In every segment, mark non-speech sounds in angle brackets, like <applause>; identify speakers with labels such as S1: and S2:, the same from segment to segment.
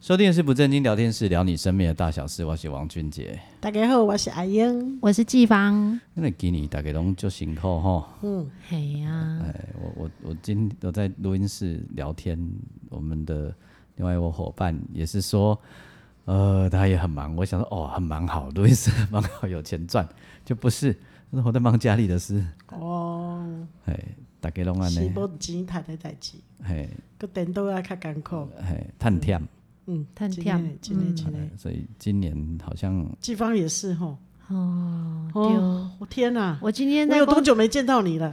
S1: 收听的是不正经聊天室，聊你身边的大小事。我是王俊杰，
S2: 大家好，我是阿英。
S3: 我是季芳，
S1: 那给你大概拢就辛苦吼。
S2: 嗯，
S3: 嘿呀、
S1: 哎，我我我今我在录音室聊天，我们的另外一位伙伴也是说，呃，他也很忙。我想说，哦，很忙好，录音室很忙好，有钱赚，就不是，他说我在忙家里的事。
S2: 哦，
S1: 哎，大概拢安
S2: 是
S1: 尼，
S2: 无钱赚的代志，
S1: 哎
S2: 佮电脑啊较艰苦。
S1: 哎，探忝。
S2: 嗯，
S3: 很
S2: 真
S3: 忝嗯
S2: 的真的真的。
S1: 所以今年好像
S2: 季芳也是吼，
S3: 哦，对哦，
S2: 哦，我天哪，
S3: 我今天
S2: 我
S3: 在
S2: 有多
S3: 公
S2: 久没见到你了？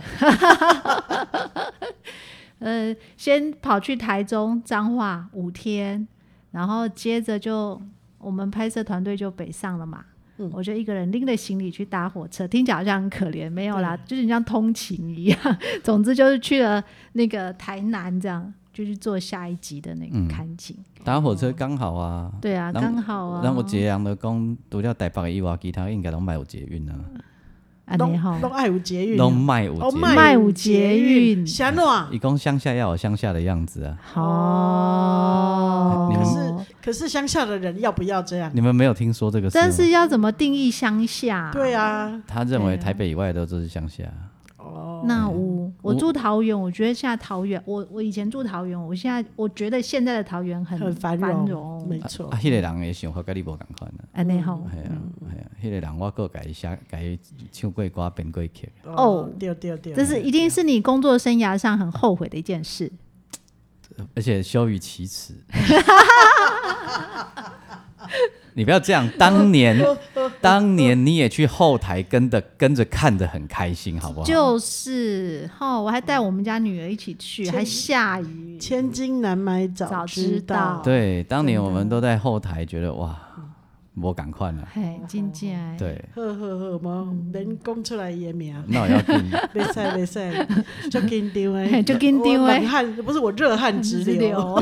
S3: 呃，先跑去台中彰化五天，然后接着就我们拍摄团队就北上了嘛。
S2: 嗯
S3: 我就一个人拎着行李去搭火车，听起来好像很可怜，没有啦，就是你像通勤一样。总之就是去了那个台南，这样就去做下一集的那个
S1: 嗯
S3: 看景。
S1: 搭火车刚好啊。
S3: 对啊，
S1: 那
S3: 刚好啊，
S1: 让我揭阳的讲，除了台北的以外，其他应该拢买有捷运啊，
S3: 啊，
S2: 拢
S3: 你好，
S2: 拢爱有捷运啊，
S1: 拢卖有
S2: 哦
S1: 捷
S2: 卖
S1: 运。
S3: 卖有
S2: 有
S3: 捷
S2: 捷
S3: 运
S2: 运，想哪？
S1: 伊讲乡下要有乡下的样子啊，
S3: 哦，
S1: 你们
S2: 是可是乡下的人要不要这
S3: 啊
S2: 样？
S1: 你们没有听说这个事吗？
S3: 但是要怎么定义乡下？
S2: 对，啊，
S1: 他认为
S3: 对啊
S1: 台北以外的都是乡下，
S2: 哦，
S3: 那我我
S1: 我
S3: 住桃园，我觉得现在桃园，我我以前住桃园，我现在我觉得现在的桃园很
S2: 很繁
S3: 繁
S2: 荣，没嗯
S3: 荣，
S2: 错
S1: 啊，。迄个人的想法跟你无共款啊。
S3: 哎，你好，
S1: 系啊，系啊，迄个人我个伊写，甲伊唱过歌，编过曲，
S3: 哦
S2: 对对对，
S3: 这是一定是你工作生涯上很后悔的一件事。
S1: 而且羞于启齿。 <laughs> 你不要这样，当年，当年你也去后台跟的跟着看的很开心，好不好？
S3: 就是哈，我还带我们家女儿一起去，
S2: 前
S3: 还下雨，
S2: 千金难买
S3: 早
S2: 早
S3: 知
S2: 知
S3: 道
S2: 道。
S1: 对，当年我们都在后台觉得哇，我赶快
S2: 哦
S1: 了，
S3: 嘿，进进来，
S1: 对，
S2: 呵呵呵，无
S3: 嗯
S2: 免讲出来伊的名，
S1: 那我要定。
S2: 袂使袂使，足紧张
S3: 嘿
S2: 诶，
S3: 足紧张的
S2: 我冷汗不是我热汗直流，
S3: 流， <laughs>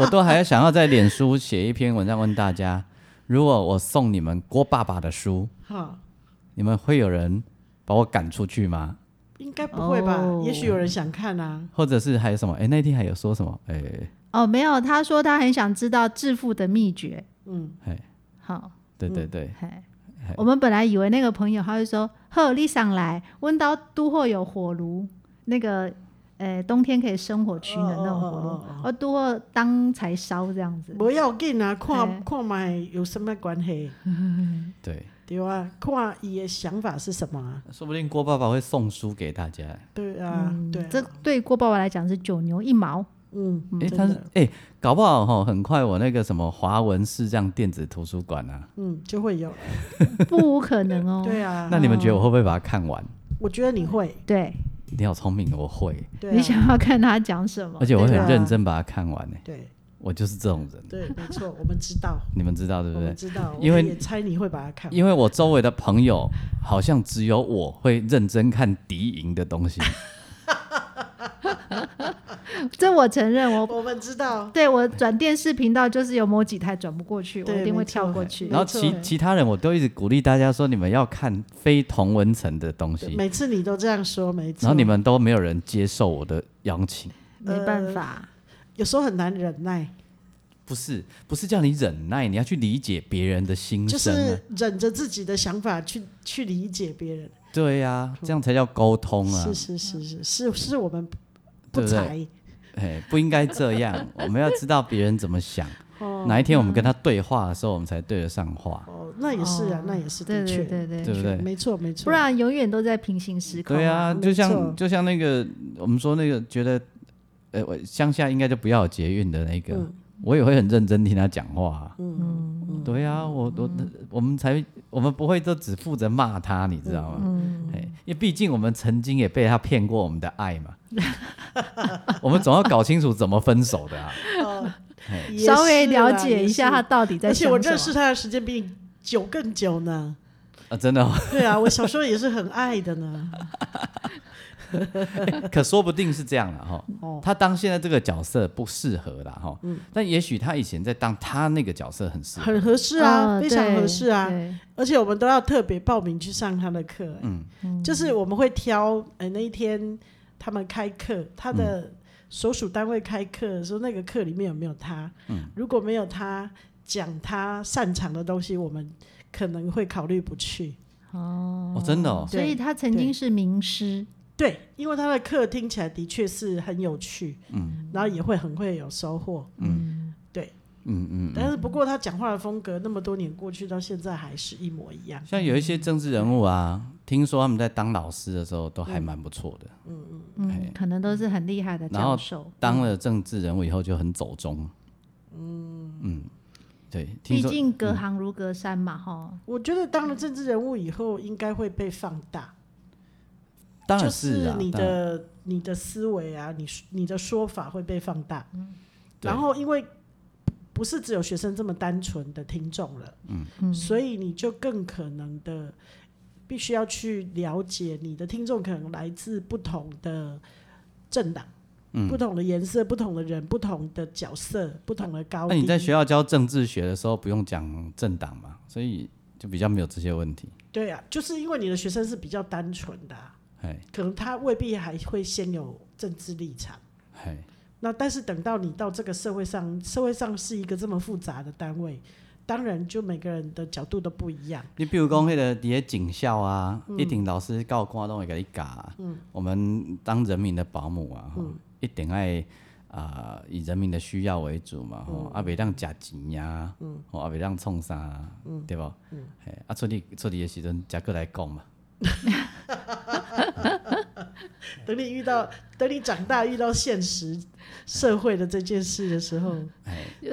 S1: 我都还想要在脸书写一篇文章问大家：如果我送你们郭爸爸的书，
S2: 哈，
S1: 你们会有人把我赶出去吗？
S2: 应该不会吧
S3: 哦？
S2: 也许有人想看啊，
S1: 或者是还有什么？哎、那天还有说什么？哎、
S3: 哦，没有，他说他很想知道致富的秘诀。
S2: 嗯，
S1: 哎，
S3: 好，
S1: 对对对，
S3: 嘿
S1: 嘿
S3: 我们本来以为那个朋友他会说：“呵，你上来，温到都会有火炉，那个呃冬天可以生火取暖那种火炉，
S2: 哦哦哦
S3: 哦，都会当柴烧这样子。
S2: 无要紧啊，看
S3: 嘿
S2: 看卖有什么关系，
S1: 对，
S2: 对啊，看伊的想法是什么啊，
S1: 说不定郭爸爸会送书给大家。
S2: 对啊，对啊，
S3: 嗯这对郭爸爸来讲是九牛一毛。
S2: 嗯，
S1: 哎、
S2: 真
S1: 他是
S2: 的，
S1: 哎、搞不好哈，很快我那个什么华文视障电子图书馆啊，
S2: 嗯，就会有，
S3: 不无可能哦。
S2: <laughs> 对啊，
S1: 那你们觉得我会不会把它看完？
S2: 我觉得你会，
S3: 对
S1: 你好聪明，我会，
S2: 对啊
S3: 你想要看他讲什么
S1: 而？且我会
S2: 对
S1: 很
S2: 啊
S1: 认真把它看完呢、
S2: 对
S1: 我就是这种人，
S2: 对，没错，我们知道，
S1: 你们知道 <laughs> 对不
S2: 我
S1: 对
S2: 们？知道，
S1: 因为
S2: 我们也猜你会把它看完，
S1: 因为我周围的朋友好像只有我会认真看敌营
S2: <laughs>
S1: 的东西，
S3: 这我承认，我
S2: 我们知道，
S3: 对我转电视频道就是有某几台转不过去，我
S2: 对
S3: 一定会
S2: 没错
S3: 跳过去。
S1: 然后
S2: 没
S1: 其
S2: 错
S1: 其他人我都一直鼓励大家说你们要看非同文层的东西，
S2: 每次你都这样说，每次。
S1: 然后你们都没有人接受我的邀请，
S3: 没办法，
S2: 有时候很难忍耐，
S1: 不是不是叫你忍耐，你要去理解别人的心
S2: 就
S1: 声、啊，
S2: 是忍着自己的想法去去理解别人。
S1: 对呀、这样才叫沟通啊
S2: 是，是是是是是我们不
S1: 对不对？
S2: 才
S1: 哎，不应该这
S2: <laughs>
S1: 样，我们要知道别人怎么想，哪一天我们跟他对话的时候，我们才对得上话。
S2: 哦，那也是啊
S3: 哦，
S2: 那也是
S3: 对
S2: 的确
S3: 对，对对
S1: 对不对
S2: 嗯没错没错，
S3: 不然永远都在平行时空。
S1: 对啊，
S2: 没
S1: 就
S2: 错
S1: 像就像那个我们说那个觉得，呃，我乡下应该就不要有捷运的那个，
S2: 嗯
S1: 我也会很认真听他讲话啊、
S2: 嗯
S1: 对啊，我我、我们才我们不会都只负责骂他，你知道吗？
S3: 嗯，
S1: 哎因为毕竟我们曾经也被他骗 <laughs> 过我们的爱嘛，我们总要搞清楚怎么分手的啊。
S2: 哦也
S3: 稍微
S2: 是
S3: 了
S2: 啦
S3: 解
S2: 也
S3: 一下
S2: 是
S3: 他到底在
S2: 而且
S3: 想
S2: 我
S3: 什
S2: 认
S3: 么
S2: 识他的时间比你久更久呢。
S1: 啊，真的、哦，
S2: 对啊，我小时候也是很爱的呢。
S1: 可说不定是这样了哈。
S2: 哦，
S1: 他当现在这个角色不适合啦哈，但也许他以前在当他那个角色很适合。
S2: 很合适啊，
S3: 嗯
S2: 非常
S3: 对
S2: 合适啊。
S3: 对
S2: 而且我们都要特别报名去上他的课、欸
S1: 嗯
S2: 就是我们会挑呃那一天他们开课，他的
S1: 嗯
S2: 所属单位开课的时候，那个课里面有没有他？
S1: 嗯
S2: 如果没有他讲他擅长的东西，我们可能会考虑不去。
S1: 哦，真的哦，
S3: 所以他曾经是名师，
S2: 对，因为他的课听起来的确是很有趣，嗯，然后也会很会有收获，
S1: 嗯嗯
S2: 但是不过他讲话的风格那么多年过去到现在还是一模一样。
S1: 像有一些政治人物啊，听说他们在当老师的时候都还蛮不错的，
S3: 嗯，可能都是很厉害的
S1: 然后
S3: 教授。
S1: 当了政治人物以后就很走中。嗯对，听
S3: 毕
S1: 说
S3: 竟隔行如隔山嘛，哈，
S2: 我觉得当了政治人物以后，应该会被放大。
S1: 当
S2: 就
S1: 然是啊，
S2: 你
S1: 当然
S2: 的你的思维啊，你你的说法会被放大。
S1: 对
S2: 然后因为不是只有学生这么单纯的听众了，嗯，所以你就更可能的必须要去了解你的听众可能来自不同的政党。
S1: 嗯
S2: 不同的颜色、不同的人、不同的角色、不同的高
S1: 那
S2: 低。
S1: 你在学校教政治学的时候不用讲政党嘛，所以就比较没有这些问题。
S2: 对啊，就是因为你的学生是比较单纯的啊、
S1: 哎
S2: 可能他未必还会先有政治立场。
S1: 哎，
S2: 那但是等到你到这个社会上，社会上是一个这么复杂的单位，当然就每个人的角度都不一样。
S1: 你比如讲，迄个伫咧警校啊，
S2: 嗯
S1: 一定老师教官拢会给你教啊。我们当人民的保姆啊，
S2: 嗯
S1: 吼一定爱啊、以人民的需要为主嘛，
S2: 嗯
S1: 吼、啊袂当食钱呀，吼啊袂当创啥啊，
S2: 嗯
S1: 对无？嘿，啊出去出去的时阵，才过来讲嘛。
S2: 等你遇到，等你长大遇到现实社会的这件事的时候，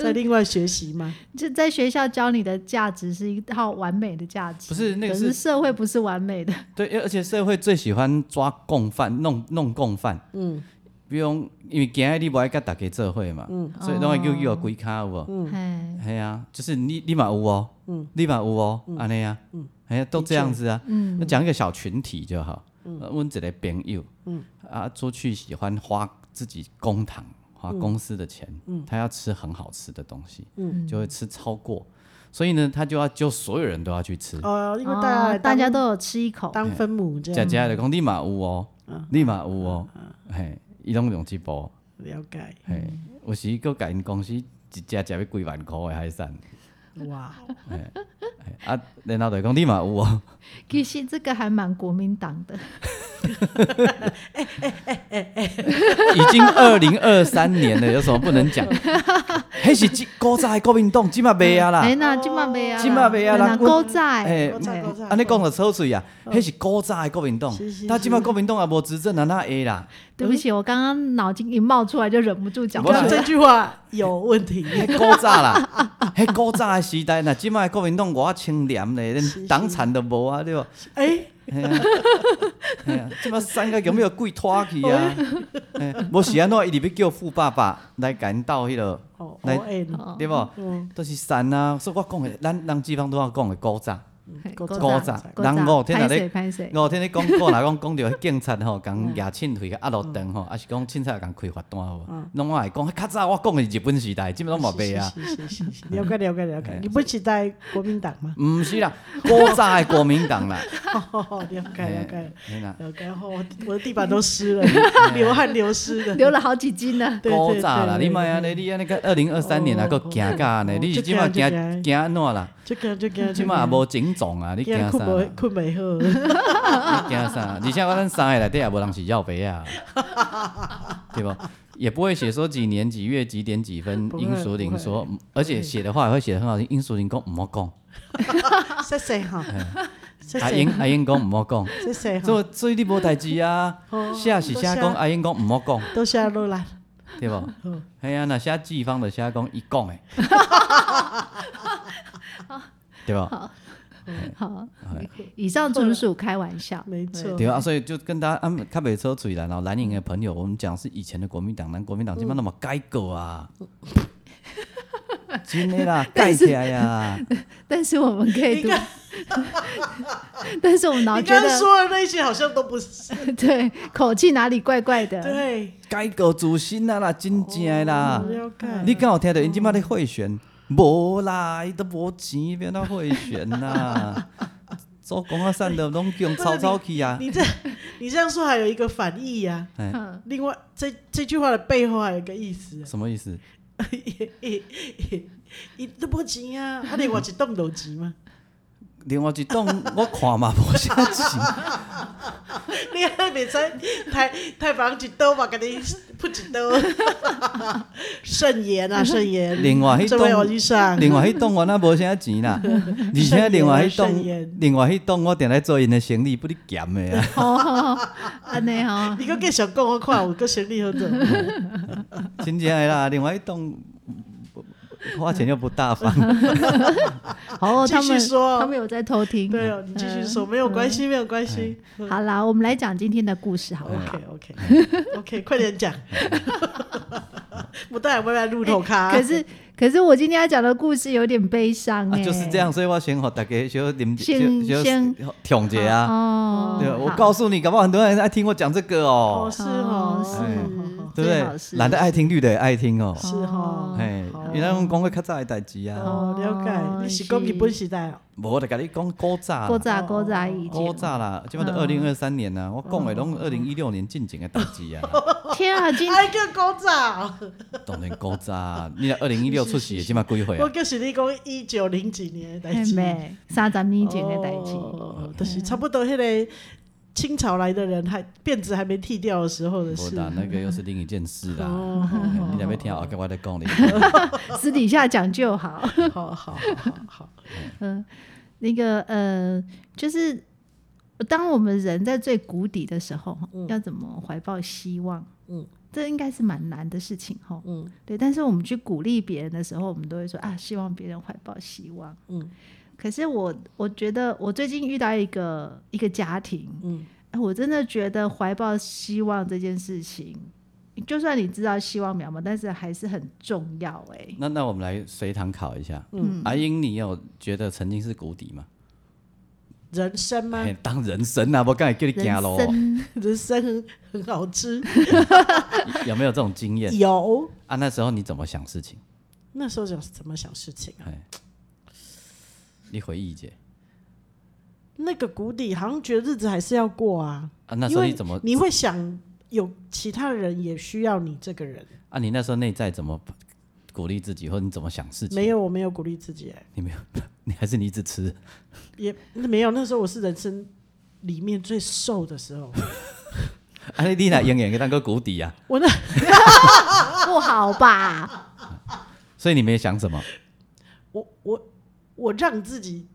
S2: 再另外学习嘛。
S3: 就在学校教你的价值是一套完美的价值，
S1: 不是那个
S3: 可
S1: 是
S3: 是社会不是完美的，
S1: 对，而而且社会最喜欢抓共犯，弄弄共犯。嗯，比如讲，因为今日你无爱甲大家做伙嘛，
S3: 嗯
S1: 嗯所以拢会叫
S3: 哦
S1: 叫鬼卡有无？
S3: 哎，
S1: 系啊，就是你你嘛有哦，你嘛有哦，安尼啊，哎呀，都这样子啊，那讲一个小群体就好，呃问一个朋友，啊，出去喜欢花自己公堂花公司的钱，他要吃很好吃的东西，就会吃超过，所以呢，他就要就所有人都要去吃，
S2: 哦，因为大家、
S3: 哦大家都有吃一口，
S2: 当分母这
S1: 假
S2: 样
S1: 假的讲你嘛有哦，
S2: 嗯
S1: 你嘛有哦，嘿，伊拢用这步，
S2: 了解，
S1: 嘿，有时佫甲因公司一只食要几万箍的海产。
S2: 哇，
S1: 啊，然后就讲你嘛有
S2: <laughs>
S1: 哦，
S3: 其实这个还蛮国民党的，
S1: 已经二零二三年了，有什么不能
S2: <laughs>
S1: 讲？迄是即古早的国民党，即嘛袂啊啦
S2: 嗯
S3: 哎，。那今嘛没啊，
S1: 今嘛没啊啦
S3: 那狗仔，
S1: 哎
S2: 古早古早
S1: 安尼讲就抽水啊，迄是古早的国民党
S2: 嗯
S1: 啊
S2: 是是，
S1: 他即嘛国民党也无执政啊，哪会啦？
S3: 对不起，我刚刚脑筋一冒出来就忍不住讲
S2: 你
S1: 没
S2: 看
S3: 出
S1: 有啦
S3: 来，
S2: 这句话有问题。
S1: 迄古早
S2: <laughs>
S1: 啦，迄古早的时代，那即嘛国民党偌清廉咧，
S2: 是
S1: 连党产都无啊，对无？
S2: 哎、
S1: 哎呀，即嘛三个有没有跪拖去
S2: <laughs>
S1: 啊？哎无是安怎伊直要叫富爸爸来甲因斗迄落，
S2: 哦，O
S1: 来
S2: N，
S3: 哦
S1: 对无？
S2: 嗯，
S1: 都是山啊，所以我讲的，咱咱地方都要讲的古早。
S3: 哎
S2: 古
S3: 古
S1: 古
S3: 仔
S1: 早，人五天
S3: 拍
S1: 啊
S3: 水
S1: 咧，
S3: 拍 <laughs> 水，
S1: 五天咧讲过来讲讲到迄警察吼，共牙凊腿压落长
S2: 嗯
S1: 吼，还是讲凊彩共开罚单吼，拢我会讲，较早我讲的是日本时代，即本拢嘛袂啊，
S2: 是是是是是是了解了解了解
S1: 哎。
S2: 你不期待国民党吗？
S1: 毋是啦，古早的国民
S2: <laughs>
S1: 党啦，
S2: 哦，了解
S1: 哎
S2: 了解。
S1: 嘿啦，
S2: 然后我我的地板都湿了，
S1: 哎
S2: 流汗流湿的。
S3: 流了好几
S2: <laughs>
S3: 斤呢，
S2: 对
S1: 古
S2: 对
S1: 早啦，
S2: 对
S1: 你莫安尼，你安尼个二零二三年啊，
S2: 哦
S1: 佫惊甲安尼，
S2: 哦
S1: 你
S2: 这
S1: 是即马
S2: 惊这
S1: 惊
S2: 惊
S1: 惊安怎啦？
S2: 就跟就跟
S1: 即马也无警状啊，你惊啥
S2: 困
S1: 啦
S2: 没？困没好， <laughs>
S1: 你惊啥？而且我咱三个内底也无人是要白啊，
S2: <laughs>
S1: 对不？也不会写说几年几月几点几分
S2: 不，会
S1: 殷淑玲说，嗯而且写的话也会写得很好听。殷淑玲讲唔好
S2: 谢谢哈，
S1: 哎
S2: 谢
S1: 讲，阿
S2: 谢
S1: 英阿英讲唔
S2: <laughs>
S1: 好讲，
S2: 谢谢哈，
S1: 所以所以你无代志啊。
S2: 哦
S1: 写是写
S2: 都
S1: 讲
S2: 写
S1: 阿英讲唔好讲，
S2: 都下落啦，
S1: 对不？
S2: 嗯
S1: 系啊，那写季方的写讲伊
S2: <laughs>
S1: 讲诶，对不？
S3: 好，
S1: 哎
S3: 以上纯属开玩笑，
S2: 没错
S1: 对啊，所以就跟大家安卡北车嘴啦，然后蓝营的朋友，我们讲是以前的国民党，咱国民党基本那么改革啊，真的啦，盖起来呀！
S3: 但是我们可以
S2: 你
S3: 读
S2: 刚，
S3: <laughs> 但是我们老
S2: 你
S3: 觉
S2: 刚刚
S3: 得
S2: 说的那些好像都不是，
S3: <laughs> 对口气哪里怪怪的，
S2: 对，啊
S1: 改革自新啊啦，真正的啦
S2: 我。了解。
S1: 你敢有听到因即摆咧贿选？无啦，伊都无钱，变到贿选啦。做公啊散的拢用草草去
S2: <laughs>
S1: 啊！
S2: 你这你这样说还有一个反义呀、
S1: 哎，
S3: 嗯，
S2: 另外，这这句话的背后还有一个意思、啊
S1: 什么意思？
S2: 伊都无钱啊，啊，另外一栋楼钱嘛，
S1: 另外一栋我看嘛无啥钱，
S2: 你还袂使太太房一刀嘛，给你扑一刀。慎言啊，慎言。
S1: 另外迄
S2: 这位我
S1: 栋，
S2: 去
S3: 啊
S2: 上，
S1: 另外迄栋我那无啥
S3: <laughs>
S1: 钱啦。而且另外迄
S2: 慎
S1: 栋
S2: 言，
S1: 另外迄栋我定来做因的生理，不哩咸的
S3: <laughs>
S1: 啊。
S3: 哦，安尼
S2: <laughs>
S3: 哦，
S2: 你个继续讲，我看有个生理好做。
S1: 真正的啦，另外一栋花钱又不大
S3: <laughs>
S1: 方，啊
S3: 哦，
S2: 继
S3: 他
S2: 续
S3: 们
S2: 说
S3: 他们有在偷听，
S2: 对哦，你继续说，没有关系，没有关系。
S3: 好啦，我们来讲今天的故事好不好？
S2: OK OK OK，快点讲。我待会不会录头咖？
S3: 可是可是我今天要讲的故事有点悲伤
S1: 啊
S3: 哎，
S1: 就是这样，所以我先给大家小点
S3: 先
S1: 小
S3: 先
S1: 小挺一下啊。
S3: 哦，
S1: 对，我
S3: 好
S1: 告诉你，搞不好很多人爱听我讲这个
S2: 哦，
S1: 哦，
S2: 是哦，是哦，
S1: 对
S3: 最
S1: 不
S3: 好
S1: 对？
S3: 是
S1: 懒得爱听绿的也爱听哦。
S2: 是哦。
S1: 哎
S2: 好，
S1: 原来我们讲过较早的代志啊，
S2: 哦，了解。你是讲日本时代哦？
S1: 无我就甲你讲古早
S3: 古
S1: 啦，
S3: 早古早以
S1: 古
S3: 前，哦
S1: 早啦，即满都二零二三年啦，我讲的拢二零一六年进前的代志啊，
S3: 天啊，今
S2: 哎，叫古早，
S1: 当然古早，啊你若二零一六出世的，即满几岁
S2: 我
S1: 啊？
S2: 就是你讲一九零几年的代
S3: 嘿
S2: 志，
S3: 妹三十年前的代志，
S2: 哦，就是差不多迄个清朝来的人还辫子还没剃掉的时候的
S1: 无
S2: 事。
S1: 啦，那个又是另一件事啦。
S2: 哦
S1: 嘿你若要听，我跟我
S2: <laughs>
S1: 再讲你。
S3: 私底下讲就好。
S2: 好好好好，
S3: 那个呃，就是当我们人在最谷底的时候，要怎么怀抱希望？
S2: 嗯，
S3: 这应该是蛮难的事情哈。
S2: 嗯
S3: 对，但是我们去鼓励别人的时候，我们都会说啊，希望别人怀抱希望。
S2: 嗯
S3: 可是我我觉得我最近遇到一个一个家庭，
S2: 嗯
S3: 哎我真的觉得怀抱希望这件事情，就算你知道希望渺茫，但是还是很重要哎、
S1: 那那我们来随堂考一下，
S2: 嗯
S1: 阿英，你有觉得曾经是谷底吗？
S2: 人生吗？
S1: 嘿当人生啊，我刚才叫你
S3: 人
S1: 行咯，
S3: 生
S2: 人生很很好吃，啊
S1: 有没有这种经验
S2: 有。
S1: 啊？那时候你怎么想事情？
S2: 那时候想怎么想事情啊？
S1: 哎，你回忆一下
S2: 那个谷底好像觉得日子还是要过啊。
S1: 啊，那时
S2: 因
S1: 候
S2: 为
S1: 你怎么
S2: 你会想有其他人也需要你这个人？
S1: 啊？你那时候内在怎么鼓励自己，或者你怎么想事情？
S2: 没，有，我没有鼓励自己、欸，
S1: 你没有，你还是你一直吃，
S2: 也没有。那时候我是人生里面最瘦的时候，
S1: 啊，你你那永远给那个谷底啊，
S2: 我那
S3: 不好吧？
S1: 所以你没想什么，
S2: 我我我让自己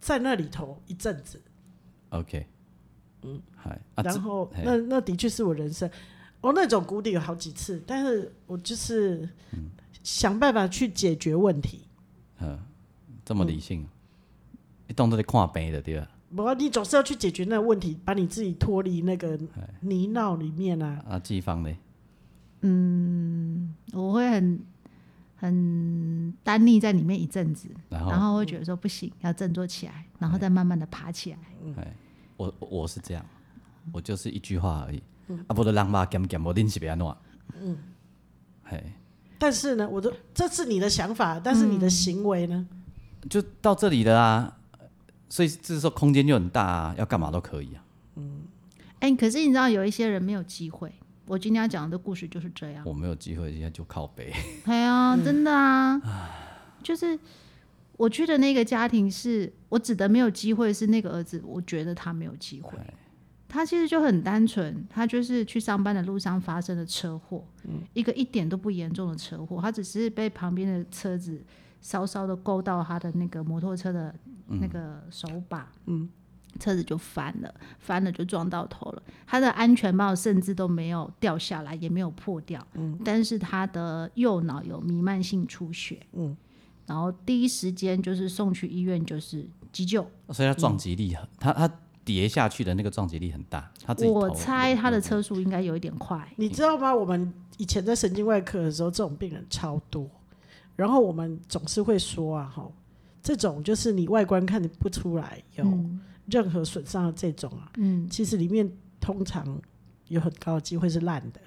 S2: 在那里头一阵子，
S1: OK，嗯，嗨啊，
S2: 然
S1: 这
S2: 后
S1: 嘿
S2: 那那的确是我人生，哦，那种谷底有好几次，但是我就是
S1: 嗯
S2: 想办法去解决问题。
S1: 这
S3: 嗯
S1: 么理性，啊你当作在看病的对吧？
S2: 不，你总是要去解决那个问题，把你自己脱离那个泥淖里面啊。
S1: 啊，季芳呢？
S3: 我会很很单立在里面一阵子，
S1: 然
S3: 然
S1: 后
S3: 后会觉得说不行，要振作起来，然后再慢慢的爬起来。
S1: 我我是这样，我就是一句话而已，
S3: 嗯
S1: 啊，不就人肉咸咸，我恁是要安怎？嗯，嘿，
S2: 但是呢，我的这是你的想法，但是你的行为呢？
S1: 就到这里了啊，所以这时候空间就很大啊，要干嘛都可以啊。
S3: 哎、可是你知道有一些人没有机会。我今天要讲的故事就是这样。
S1: 我没有机会，现在就靠背，
S3: 哎呀，真的啊，就是我去的那个家庭是，我指的没有机会是那个儿子，我觉得他没有机会。他其实就很单纯，他就是去上班的路上发生了车祸，一个一点都不严重的车祸，他只是被旁边的车子稍稍的勾到他的那个摩托车的那个手把，嗯，车子就翻了，翻了就撞到头了。他的安全帽甚至都没有掉下来，也没有破掉，嗯，但是他的右脑有弥漫性出血，嗯，然后第一时间就是送去医院，就是急救。
S1: 所以他
S3: 嗯
S1: 撞击力很，他他跌下去的那个撞击力很大，他自己
S3: 我
S1: 头
S3: 猜他的车速应该有一点快，
S2: 你知道吗？我们以前在神经外科的时候，这种病人超多。然后我们总是会说啊，哈，这种就是你外观看不出来有任何损伤的这种啊，
S3: 嗯，
S2: 其实里面通常有很高的机会是烂的，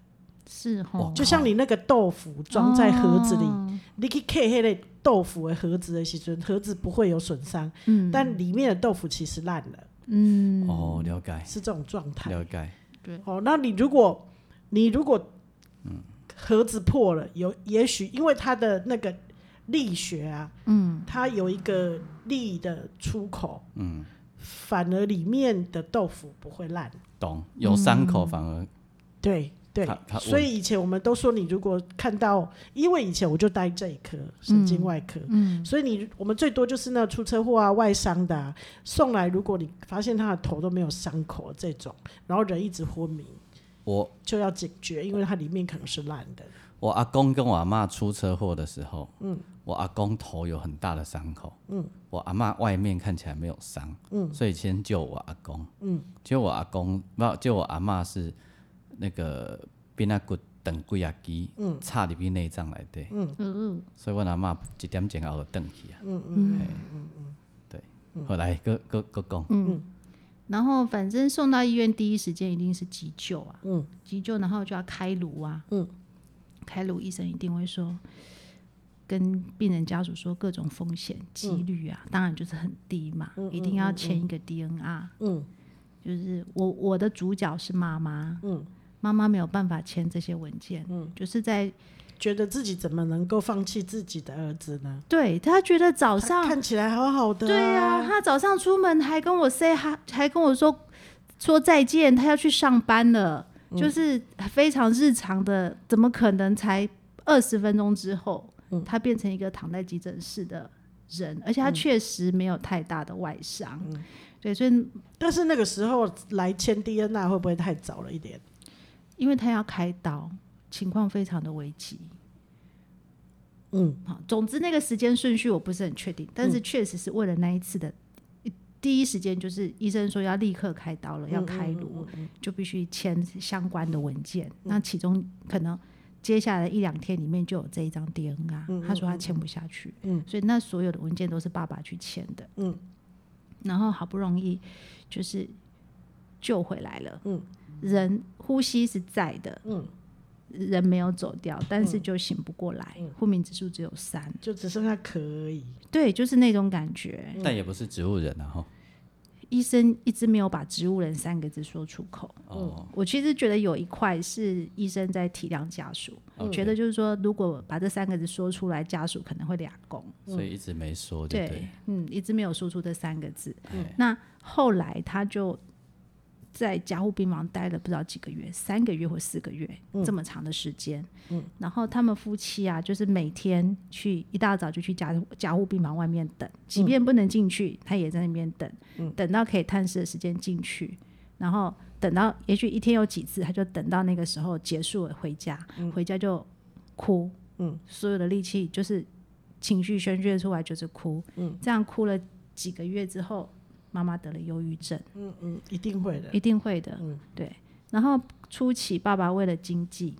S3: 是
S1: 哇
S3: 吼，
S2: 就像你那个豆腐装在盒子里，
S3: 哦
S2: 你去 K 黑的豆腐的盒子的时阵，盒子不会有损伤，
S3: 嗯，
S2: 但里面的豆腐其实烂了，
S3: 嗯，
S1: 哦，了解，
S2: 是这种状态。
S1: 了解，
S3: 对，
S2: 哦，那你如果你如果盒子破了，有也许因为它的那个力学啊，
S3: 嗯，
S2: 它有一个力的出口，嗯，反而里面的豆腐不会烂。
S1: 懂。
S3: 嗯
S1: 有伤口反而
S2: 对对
S1: 它它，
S2: 所以以前我们都说，你如果看到，因为以前我就待这一科神经外科，嗯，所以你我们最多就是那出车祸啊、外伤的、啊、送来，如果你发现他的头都没有伤口这种，然后人一直昏迷，
S1: 我
S2: 就要警觉，因为它里面可能是烂的。
S1: 我阿公跟我阿妈出车祸的时候，嗯，我阿公头有很大的伤口，嗯，我阿妈外面看起来没有伤，嗯，所以先救我阿公，嗯，结果我阿公不救我阿妈是那个变那骨等骨牙机，嗯，插入去内脏来的，嗯，
S3: 嗯
S1: 所以我阿妈一点钟后就等去啊，嗯嗯嗯对，后来各各各讲，
S3: 然后反正送到医院第一时间一定是急救啊，
S2: 嗯，
S3: 急救然后就要开颅啊，
S2: 嗯，
S3: 开颅医生一定会说，跟病人家属说各种风险几率
S2: 嗯
S3: 啊，当然就是很低嘛，一定要签一个 DNR，
S2: 嗯，
S3: 就是我我的主角是妈妈，
S2: 嗯，
S3: 妈妈没有办法签这些文件，嗯，就是在
S2: 觉得自己怎么能够放弃自己的儿子呢？
S3: 对他觉得早
S2: 他
S3: 上
S2: 看起来好好的、
S3: 对呀、
S2: 啊，
S3: 他早上出门还跟我 say 还还跟我说说再见，他要去上班了，就是非常日常的，怎么可能才二十分钟之后，他变成一个躺在急诊室的人，而且他确实没有太大的外伤，对，所以
S2: 但是那个时候来签 DNA 会不会太早了一点？
S3: 因为他要开刀，情况非常的危急。
S2: 嗯，
S3: 好，总之那个时间顺序我不是很确定，但是确实是为了那一次的第一时间，就是医生说要立刻开刀
S2: 嗯
S3: 了，要开颅，就必须签相关的文件。
S2: 嗯
S3: 那其中可能接下来一两天里面就有这一张
S2: 嗯
S3: DNR，他说他签不下去，所以那所有的文件都是爸爸去签的，
S2: 嗯，
S3: 然后好不容易就是救回来了，
S2: 嗯，
S3: 人呼吸是在的，
S2: 嗯。
S3: 人没有走掉，但是就醒不过来，
S2: 嗯
S3: 昏迷指数只有三，
S2: 就只剩下壳而已。
S3: 对，就是那种感觉。
S1: 但也不是植物人啊，吼，
S3: 医生一直没有把“植物人”三个字说出口。
S1: 哦，
S3: 我其实觉得有一块是医生在体谅家属，我觉得就是说，如果把这三个字说出来，家属可能会俩攻。
S1: 所以一直没说，对不
S3: 对
S1: 对？，
S3: 嗯，一直没有说出这三个字。那后来他就在加护病房待了不知道几个月，三个月或四个月，这么长的时间。嗯，然后他们夫妻啊，就是每天去一大早就去加加护病房外面等，即便不能进去，他也在那边等，等到可以探视的时间进去，然后。等到也许一天有几次，他就等到那个时候结束了回家，回家就哭，嗯，所有的力气就是情绪宣泄出来就是哭，这样哭了几个月之后，妈妈得了忧郁症，
S2: 嗯嗯，一定会的。
S3: 一定会的，对。然后初期爸爸为了经济，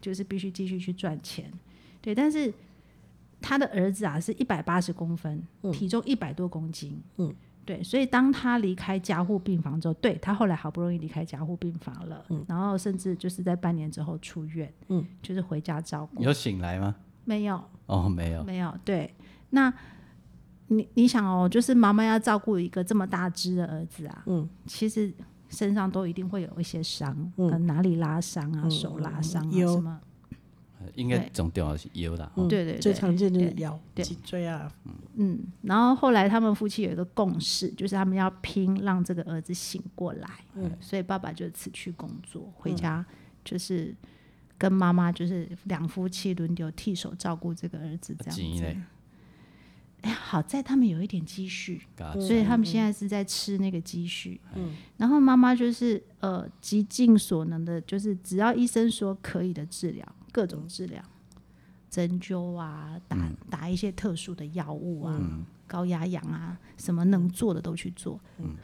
S3: 就是必须继续去赚钱，对。但是他的儿子啊是一百八十公分，体重一百多公斤，
S2: 嗯
S3: 对。所以当他离开加护病房之后，对他后来好不容易离开加护病房了，然后甚至就是在半年之后出院，
S2: 嗯
S3: 就是回家照顾，
S1: 有醒来吗？
S3: 没有。
S1: 哦，没有，
S3: 没有，对。那你你想哦，就是妈妈要照顾一个这么大只的儿子啊，
S2: 嗯，
S3: 其实身上都一定会有一些伤，
S2: 嗯
S3: 嗯，哪里拉伤啊，
S2: 嗯
S3: 手拉伤啊，
S2: 嗯有
S3: 什么，
S1: 应该
S3: 对
S1: 总掉的是腰啦，吼
S2: 嗯
S3: 对对对
S2: 最常见就是腰、
S3: 对
S2: 脊椎啊。
S3: 嗯。然后后来他们夫妻有一个共识，就是他们要拼让这个儿子醒过来，
S2: 嗯，
S3: 所以爸爸就辞去工作，回
S1: 嗯
S3: 家就是。跟妈妈就是两夫妻轮流替手照顾这个儿子，这样
S1: 钱
S3: 子
S1: 嘞。
S3: 哎，好在他们有一点积蓄，
S1: 嘎嗯哎
S3: 所以他们现在是在吃那个积蓄。然后妈妈就是呃，极尽所能的，就是只要医生说可以的治疗，各
S1: 嗯
S3: 种治疗，针灸啊，打、打一些特殊的药物啊，
S1: 嗯
S3: 高压氧啊，什么能做的都去做，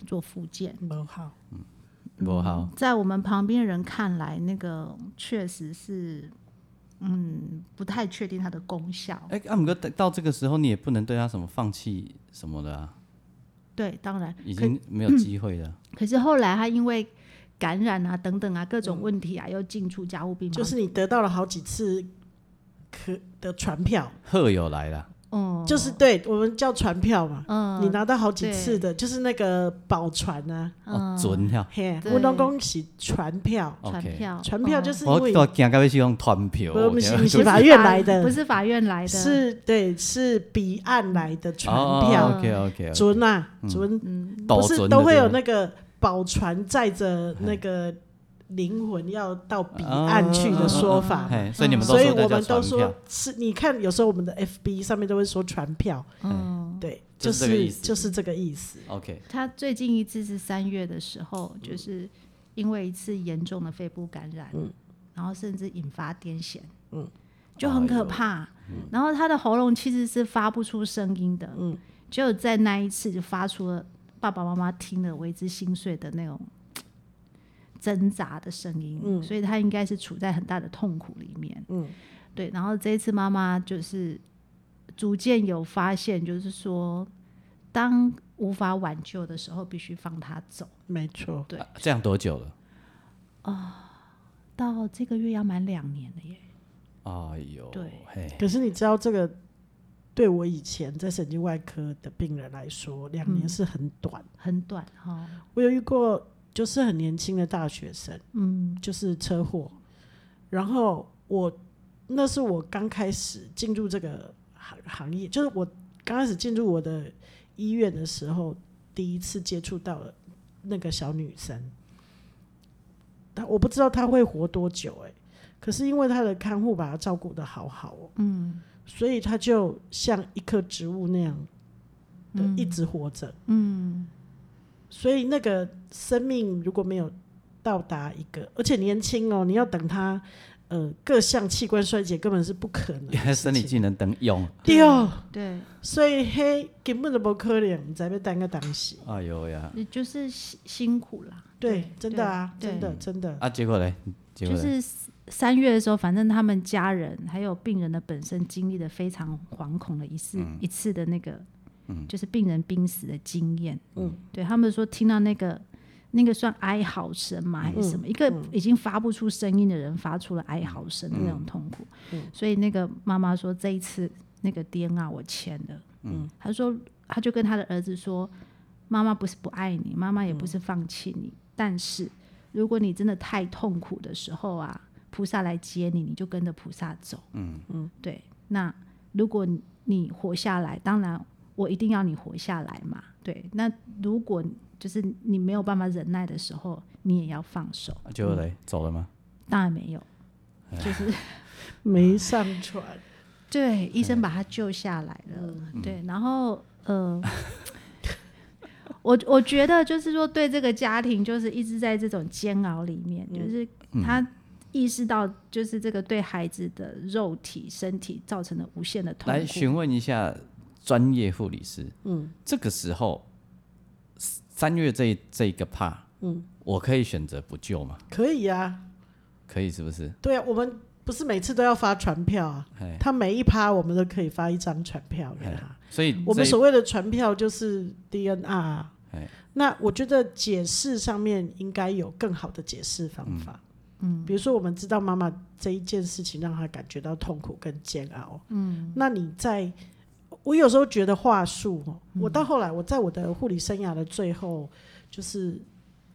S3: 做复健。
S2: 不好，
S1: 嗯不好，
S3: 在我们旁边人看来，那个确实是嗯不太确定它的功效。
S1: 哎、阿姆哥到到这个时候，你也不能对他什么放弃什么的啊，
S3: 对，当然
S1: 已
S3: 可
S1: 经没有机会了。
S3: 可是后来他因为感染啊等等啊各
S1: 嗯
S3: 种问题啊，又进出加护病房，
S2: 就是你得到了好几次可的船票，
S1: 贺友来了，
S3: 嗯，
S2: 就是对我们叫船票嘛，
S3: 嗯
S2: 你拿到好几次的，就是那个宝船啊，
S1: 哦，准哈
S2: 嘿，
S3: 对
S2: 我老公是船票，
S3: 传
S1: ，OK。
S3: 票，哦
S2: 船票就是嗯是因
S1: 我
S2: 为
S1: 我惊到要去用团票，
S2: 不是不
S1: 对
S2: 是法院来的
S3: 不是法院来的，
S2: 是对是彼岸来的船
S1: 哦
S2: 票，
S1: OK OK，
S2: 准啊准，
S3: 嗯
S2: 不是都会有那个宝船载着那个灵魂要到彼岸去的说法。嗯
S1: 哎，所以你们都
S2: 所以我
S1: 说这叫
S2: 们都
S1: 传
S2: 说
S1: 票，
S2: 是，你看有时候我们的 FB 上面都会说船票，
S3: 嗯。
S2: 对，
S1: 就是这个
S2: 是
S1: 意思
S2: 就是这个意思。
S1: OK，
S3: 他最近一次是三月的时候，就是因为一次严重的肺部感染，然后甚至引发癫痫，就很可怕。然后他的喉咙其实是发不出声音的，嗯，只有在那一次就发出了爸爸妈妈听了为之心碎的那种嘖挣扎的声音，所以他应该是处在很大的痛苦里面，嗯，对。然后这一次妈妈就是逐渐有发现，就是说，当无法挽救的时候，必须放他走。
S2: 没错，
S3: 对
S1: 啊这样多久了？
S3: 到这个月要满两年了耶，
S1: 哎呦，
S3: 对
S1: 嘿，
S2: 可是你知道这个对我以前在神经外科的病人来说，两
S3: 嗯
S2: 年是很短。
S3: 很短哈、
S2: 我有遇过，就是很年轻的大学生，
S3: 嗯
S2: 就是车祸，然后我那是我刚开始进入这个行行业，就是我刚开始进入我的医院的时候，第一次接触到了那个小女生，她我不知道她会活多久、欸，可是因为她的看护把她照顾的好好哦、
S3: 嗯
S2: 所以她就像一棵植物那样的
S3: 嗯
S2: 一直活着。
S3: 嗯
S2: 所以那个生命如果没有到达一个，而且年轻哦，你要等他呃各项器官衰竭根本是不可能的事
S1: <laughs>
S2: 情。
S1: 生理技能等用，
S2: 对哦，
S3: 对，
S2: 所以嘿根本就不可能，才被当个当时。
S1: 哎呦呀，
S3: 也就是辛辛苦啦。
S2: 对，真的啊，
S3: 对
S2: 真的真的，
S1: 啊，结果嘞，结果
S3: 就
S1: 嘞
S3: 是三月的时候，反正他们家人还有病人的本身经历了非常惶恐的一次、
S1: 嗯
S3: 一次的那个，就是病人濒死的经验。嗯，对他们说听到那个那个算哀嚎声嘛，还是什么？一个已经发不出声音的人发出了哀嚎声的那种痛苦。所以那个妈妈说这一次那个 DNA 我签了。嗯，她说她就跟她的儿子说，妈妈不是不爱你，妈妈也不是放弃你，但是如果你真的太痛苦的时候啊，菩萨来接你，你就跟着菩萨走。嗯嗯，对。那如果你活下来，当然我一定要你活下来嘛。对。那如果就是你没有办法忍耐的时候，你也要放手。
S1: 啊结果嘞，走了吗？
S3: 当然没有，就是
S2: 没上传。
S3: 对，医生把他救下来了。对，然后呃， <laughs> 我我觉得就是说，对这个家庭就是一直在这种煎熬里面，就是他意识到就是这个对孩子的肉体、身体造成了无限的痛
S1: 来
S3: 苦。
S1: 询问一下专业护理师，嗯，这个时候三月这一这一个 part，嗯，我可以选择不救吗？
S2: 可以啊，
S1: 可以是不是？
S2: 对啊，我们不是每次都要发传票啊，
S1: 哎，
S2: 他每一趴我们都可以发一张传票给他。
S1: 所以
S2: 我们
S1: 这一
S2: 所谓的传票就是 DNR 啊
S1: 哎。
S2: 那我觉得解释上面应该有更好的解释方法。嗯，比如说我们知道妈妈这一件事情让她感觉到痛苦跟煎熬。嗯，那你在，我有时候觉得话术哦，我到后来我在我的护理生涯的最后，就是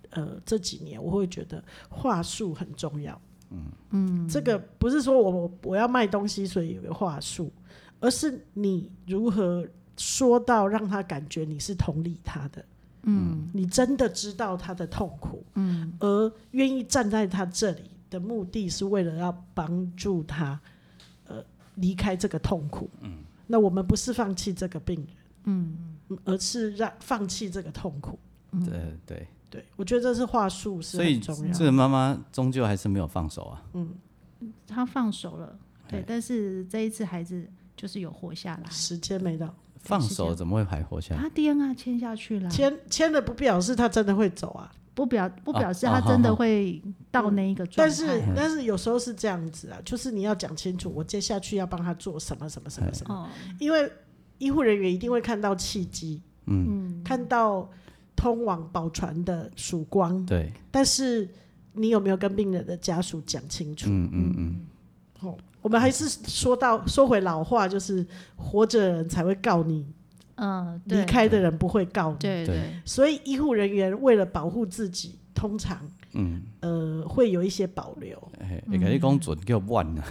S2: 呃这几年我会觉得话术很重要。嗯嗯，这个不是说我我我要卖东西所以有个话术，而是你如何说到让他感觉你是同理他的，嗯，你真的知道他的痛苦，嗯，而愿意站在他这里的目的是为了要帮助他，呃，离开这个痛苦，嗯，那我们不是放弃这个病人，嗯，而是让放弃这个痛苦，
S1: 对呃对，
S2: 对我觉得这是话术是
S1: 所以
S2: 嗯很重要
S1: 这个妈妈终究还是没有放手啊。
S3: 他放手了，
S1: 哎
S3: 对，但是这一次孩子就是有活下来，
S2: 时间没到，
S1: 放
S3: 是这
S1: 手
S3: 样
S1: 怎么会还活下来？
S3: 他 DNA 签下去了，
S2: 签签了不表示他真的会走啊，
S3: 不表不
S1: 哦
S3: 表示
S1: 哦
S3: 他
S1: 好
S3: 真的
S1: 好
S3: 会到那一个状
S2: 但
S3: 态。
S2: 是但是有时候是这样子啊，就是你要讲清楚，我接下去要帮他做什么什么什么什么，
S3: 哦，
S2: 因为医护人员一定会看到契机，
S3: 嗯，
S2: 看到通往宝船的曙光，
S1: 对，
S2: 但是你有没有跟病人的家属讲清楚？
S1: 嗯嗯嗯，
S2: 哦，我们还是说到说回老话，就是活着的人才会告你，
S3: 嗯，对
S2: 离，开的人不会告你。
S3: 对对，
S2: 所以医护人员为了保护自己，通常
S1: 嗯，
S2: 呃会有一些保留。
S1: 哎，会甲你讲准叫万啊，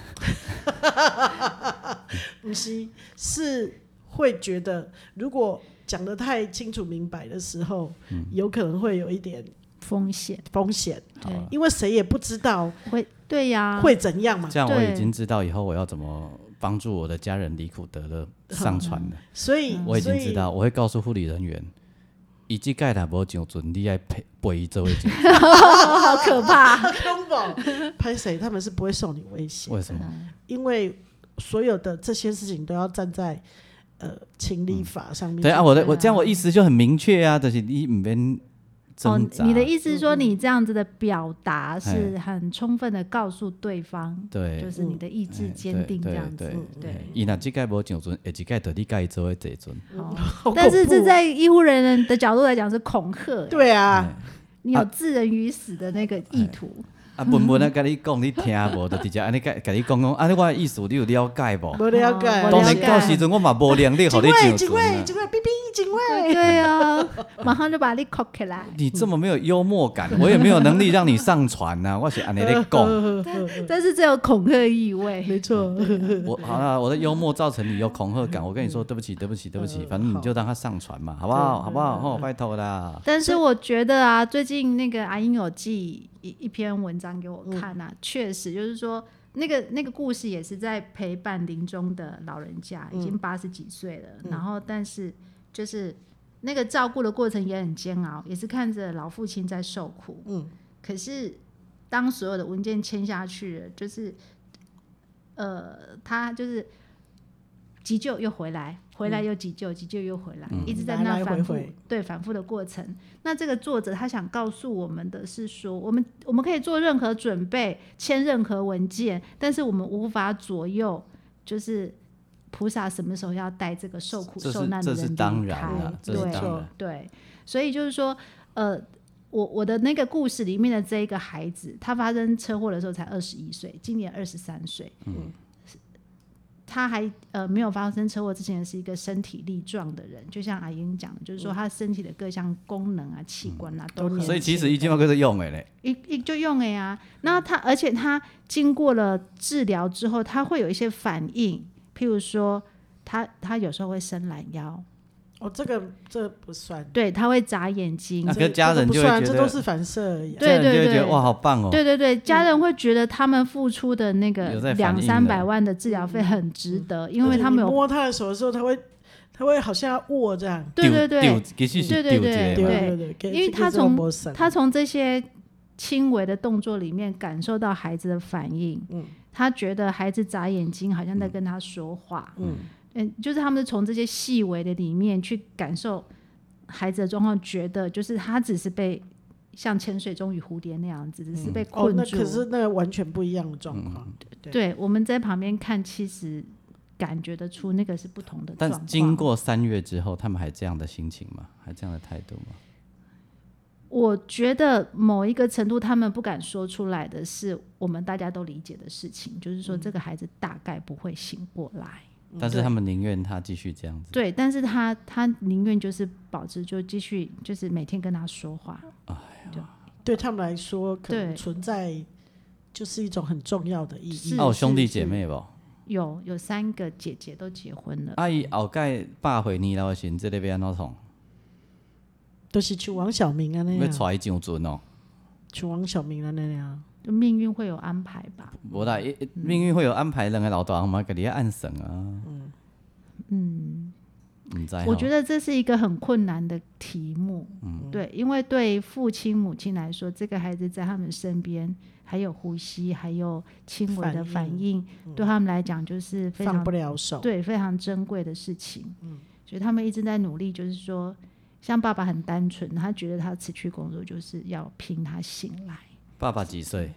S2: 不是，是会觉得如果讲得太清楚明白的时候，
S1: 嗯
S2: 有可能会有一点
S3: 风险，
S2: 风险，
S1: 啊
S3: 对，
S2: 因为谁也不知道
S3: 会，对呀，
S2: 会怎样嘛。
S1: 这样我
S3: 对
S1: 已经知道以后我要怎么帮助我的家人离苦得乐上船了。
S2: 所以，
S1: 嗯我已
S2: 嗯所
S1: 经
S2: 以 <laughs>
S1: 知道，我会告诉护理人员，伊即届若无上船，你爱陪陪伊做位
S2: <laughs>
S1: 进。
S3: 好可怕。
S2: 根本拍谁他们是不会受你威胁，
S1: 为什么？
S2: 因为所有的这些事情都要站在呃情理法上面。
S1: 对啊，我的我
S3: 对啊
S1: 这样我意思就很明确啊，就是你唔免
S3: 哦
S1: 挣，扎。
S3: 你的意思是说你这样子的表达是很充分的告诉哎对方，就
S1: 对，
S3: 是你的意志坚定这样子嗯
S1: 对对，
S3: 对。
S1: 伊若即届无上船，下一届就你甲伊做位坐船。
S3: 哦
S2: 好恐怖
S3: 但是这在医护人员的角度来讲是恐吓，
S2: 对啊，
S3: 你有置人于死的那个意图，
S1: 啊，文文啊，甲你讲，你听无，就直接安尼甲甲你讲讲，安尼我的意思你有了解无？
S2: 没了解。
S3: 哦我了
S1: 当然
S3: 解
S1: 到时哎阵我嘛无能力
S2: 警
S1: 互你
S2: 卫，
S1: 上
S2: 警
S1: 船
S2: 卫，
S1: 啊。
S2: 警卫，哔哔，警卫。
S3: 对啊，马上就把你扣
S2: <laughs>
S3: 起来。
S1: 你这么没有幽默感，我也没有能力让你上船呐、我是安尼咧讲，
S2: 嗯
S3: 但是这有恐吓意味，
S2: 没错，
S1: 我好了，我的幽默造成你有恐吓感，我跟你说对不起，对不起，对不起，反正你就让他上船嘛，好不好？好不好？哦，拜托啦。
S3: 但是我觉得啊，最近那个阿英有寄一一篇文章给我看啊，确实就是说，那个那个故事也是在陪伴临终的老人家，已经八十几岁了，然后但是就是那个照顾的过程也很煎熬，也是看着老父亲在受苦，
S2: 嗯，
S3: 可是当所有的文件签下去了，就是呃，他就是急救又回来，回来又急救，急救又回来，一直在
S2: 嗯来
S3: 那
S2: 来
S3: 反
S2: 回
S3: 复
S2: 回
S3: 对反复的过程。那这个作者他想告诉我们的是说，我们我们可以做任何准备，签任何文件，但是我们无法左右，就是。菩萨什么时候要带这个受苦
S1: 这是
S3: 受难的
S1: 这是
S3: 人离
S1: 当然
S3: 开
S1: 啦这
S2: 是
S3: 对
S2: 当
S1: 然
S3: 对，所以就是说，呃，我我的那个故事里面的这一个孩子，他发生车祸的时候才二十一岁，今年二十三岁。嗯，他还呃没有发生车祸之前是一个身体力壮的人，就像阿英讲的，就是说他身体的各项功能啊、器官啊都
S2: 都
S3: 很
S2: 年
S1: 所以其实
S2: 轻
S1: 一句话就是用的嘞，
S3: 一一就用了呀。那他而且他经过了治疗之后，他会有一些反应，譬如说他他有时候会伸懒腰，
S2: 哦，这个这不算，
S3: 对他会眨眼睛
S1: 那，
S2: 这
S1: 跟
S2: 个
S1: 家
S2: 这个
S1: 人
S2: 不
S1: 就会
S2: 算
S1: 觉
S2: 这都
S1: 得
S2: 是反射而已啊。
S3: 对
S1: 家人就会
S3: 对
S1: 觉得
S3: 对
S1: 哇，好棒哦。
S3: 对对对，家人会觉得他们付出的那个
S1: 有在反应
S3: 两
S1: 的嗯
S3: 三百万的治疗费很值得，因为他们
S2: 而且你
S3: 有
S2: 摸他的手的时候，他会他会好像要握这样，
S3: 对对
S1: 丢
S3: 对，
S1: 丢其
S3: 对
S1: 实是
S3: 对
S1: 丢一
S3: 对
S1: 个
S2: 对对
S1: 嘛
S2: 对，给
S3: 因为
S2: 这个
S3: 他
S2: 这种
S3: 从
S2: 摸绳
S3: 他从这些轻微的动作里面感受到孩子的反应，他觉得孩子眨眼睛好像在跟他说话，嗯就是他们从这些细微的里面去感受孩子的状况，觉得就是他只是被像潜水钟与蝴蝶那样子，只是被
S2: 哦，
S3: 困
S2: 那
S3: 住。嗯
S2: 可是那个完全不一样的状况，对
S3: 对，我们在旁边看，其实感觉得出那个是不同的状
S1: 但
S3: 况。
S1: 经过三月之后，他们还这样的心情吗？还这样的态度吗？
S3: 我觉得某一个程度，他们不敢说出来的是我们大家都理解的事情，就是说这个孩子大概不会醒过来。
S1: 但是他们宁愿他继续这样子。
S3: 对，但是他他宁愿就是保持，就继续就是每天跟他说话。
S2: 对他们来说，可能
S3: 对
S2: 存在就是一种很重要的意义
S3: 是。
S1: 哦，兄弟姐妹不？
S3: 有有三个姐姐都结婚了，
S1: 阿姨后盖爸回你老先，这里边安怎创？
S2: 都是像王小明啊那
S1: 要
S2: 样，
S1: 带伊上船哦。
S2: 像王小明啊那样，
S3: 就命运会有安排吧？
S1: 无啦，
S3: 嗯
S1: 一一命运会有安排，两个老大人嘛，给你暗算啊。嗯嗯，唔知。
S3: 我觉，得这是一个很困难的题目，对，因为对父亲、母亲来说，这个孩子在他们身边，还有呼吸，还有轻微的
S2: 反
S3: 反
S2: 应
S3: 应，嗯对他们来讲就是非
S2: 放
S3: 常
S2: 不了手。
S3: 对非常珍贵的事情。
S2: 嗯
S3: 所以他们一直在努力，就是说，像爸爸很单纯，他觉得他辞去工作就是要拼他醒来，
S1: 爸爸几岁？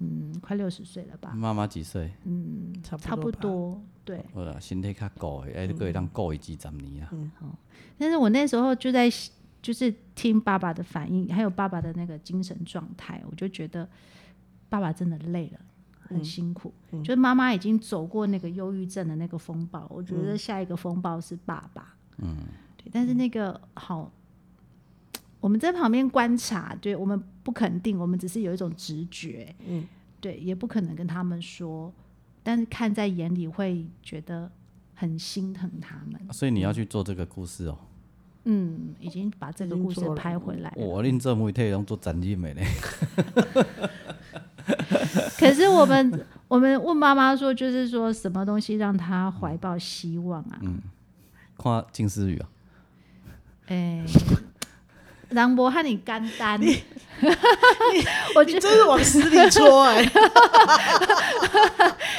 S3: 嗯，快六十岁了吧，
S1: 妈妈几岁？
S2: 嗯差
S3: 差
S2: 不
S3: 不
S2: 多吧。
S3: 多。对，
S1: 我啦身体较顾的，哎，你还会当顾伊几十年啊？
S3: 但是我那时候就在就是听爸爸的反应，还有爸爸的那个精神状态，我就觉得爸爸真的累了。很辛苦，就是妈妈已经走过那个忧郁症的那个风暴，我觉得下一个风暴是爸爸。嗯，对，但是那个好，我们在旁边观察，对我们不肯定，我们只是有一种直觉，嗯，对，也不可能跟他们说，但是看在眼里会觉得很心疼他们。
S1: 所以你要去做这个故事哦。
S3: 嗯，已经把这个故事拍回来了。
S1: 我恁这媒体拢做展览的咧，
S3: 可是我们我们问妈妈说，就是说什么东西让她怀抱希望啊？
S1: <laughs> 看近思语啊。
S3: 哎、梁博和你干单， <laughs> 我
S2: 你
S3: 觉得，
S2: 真是往死
S3: <laughs>
S2: 里戳哎、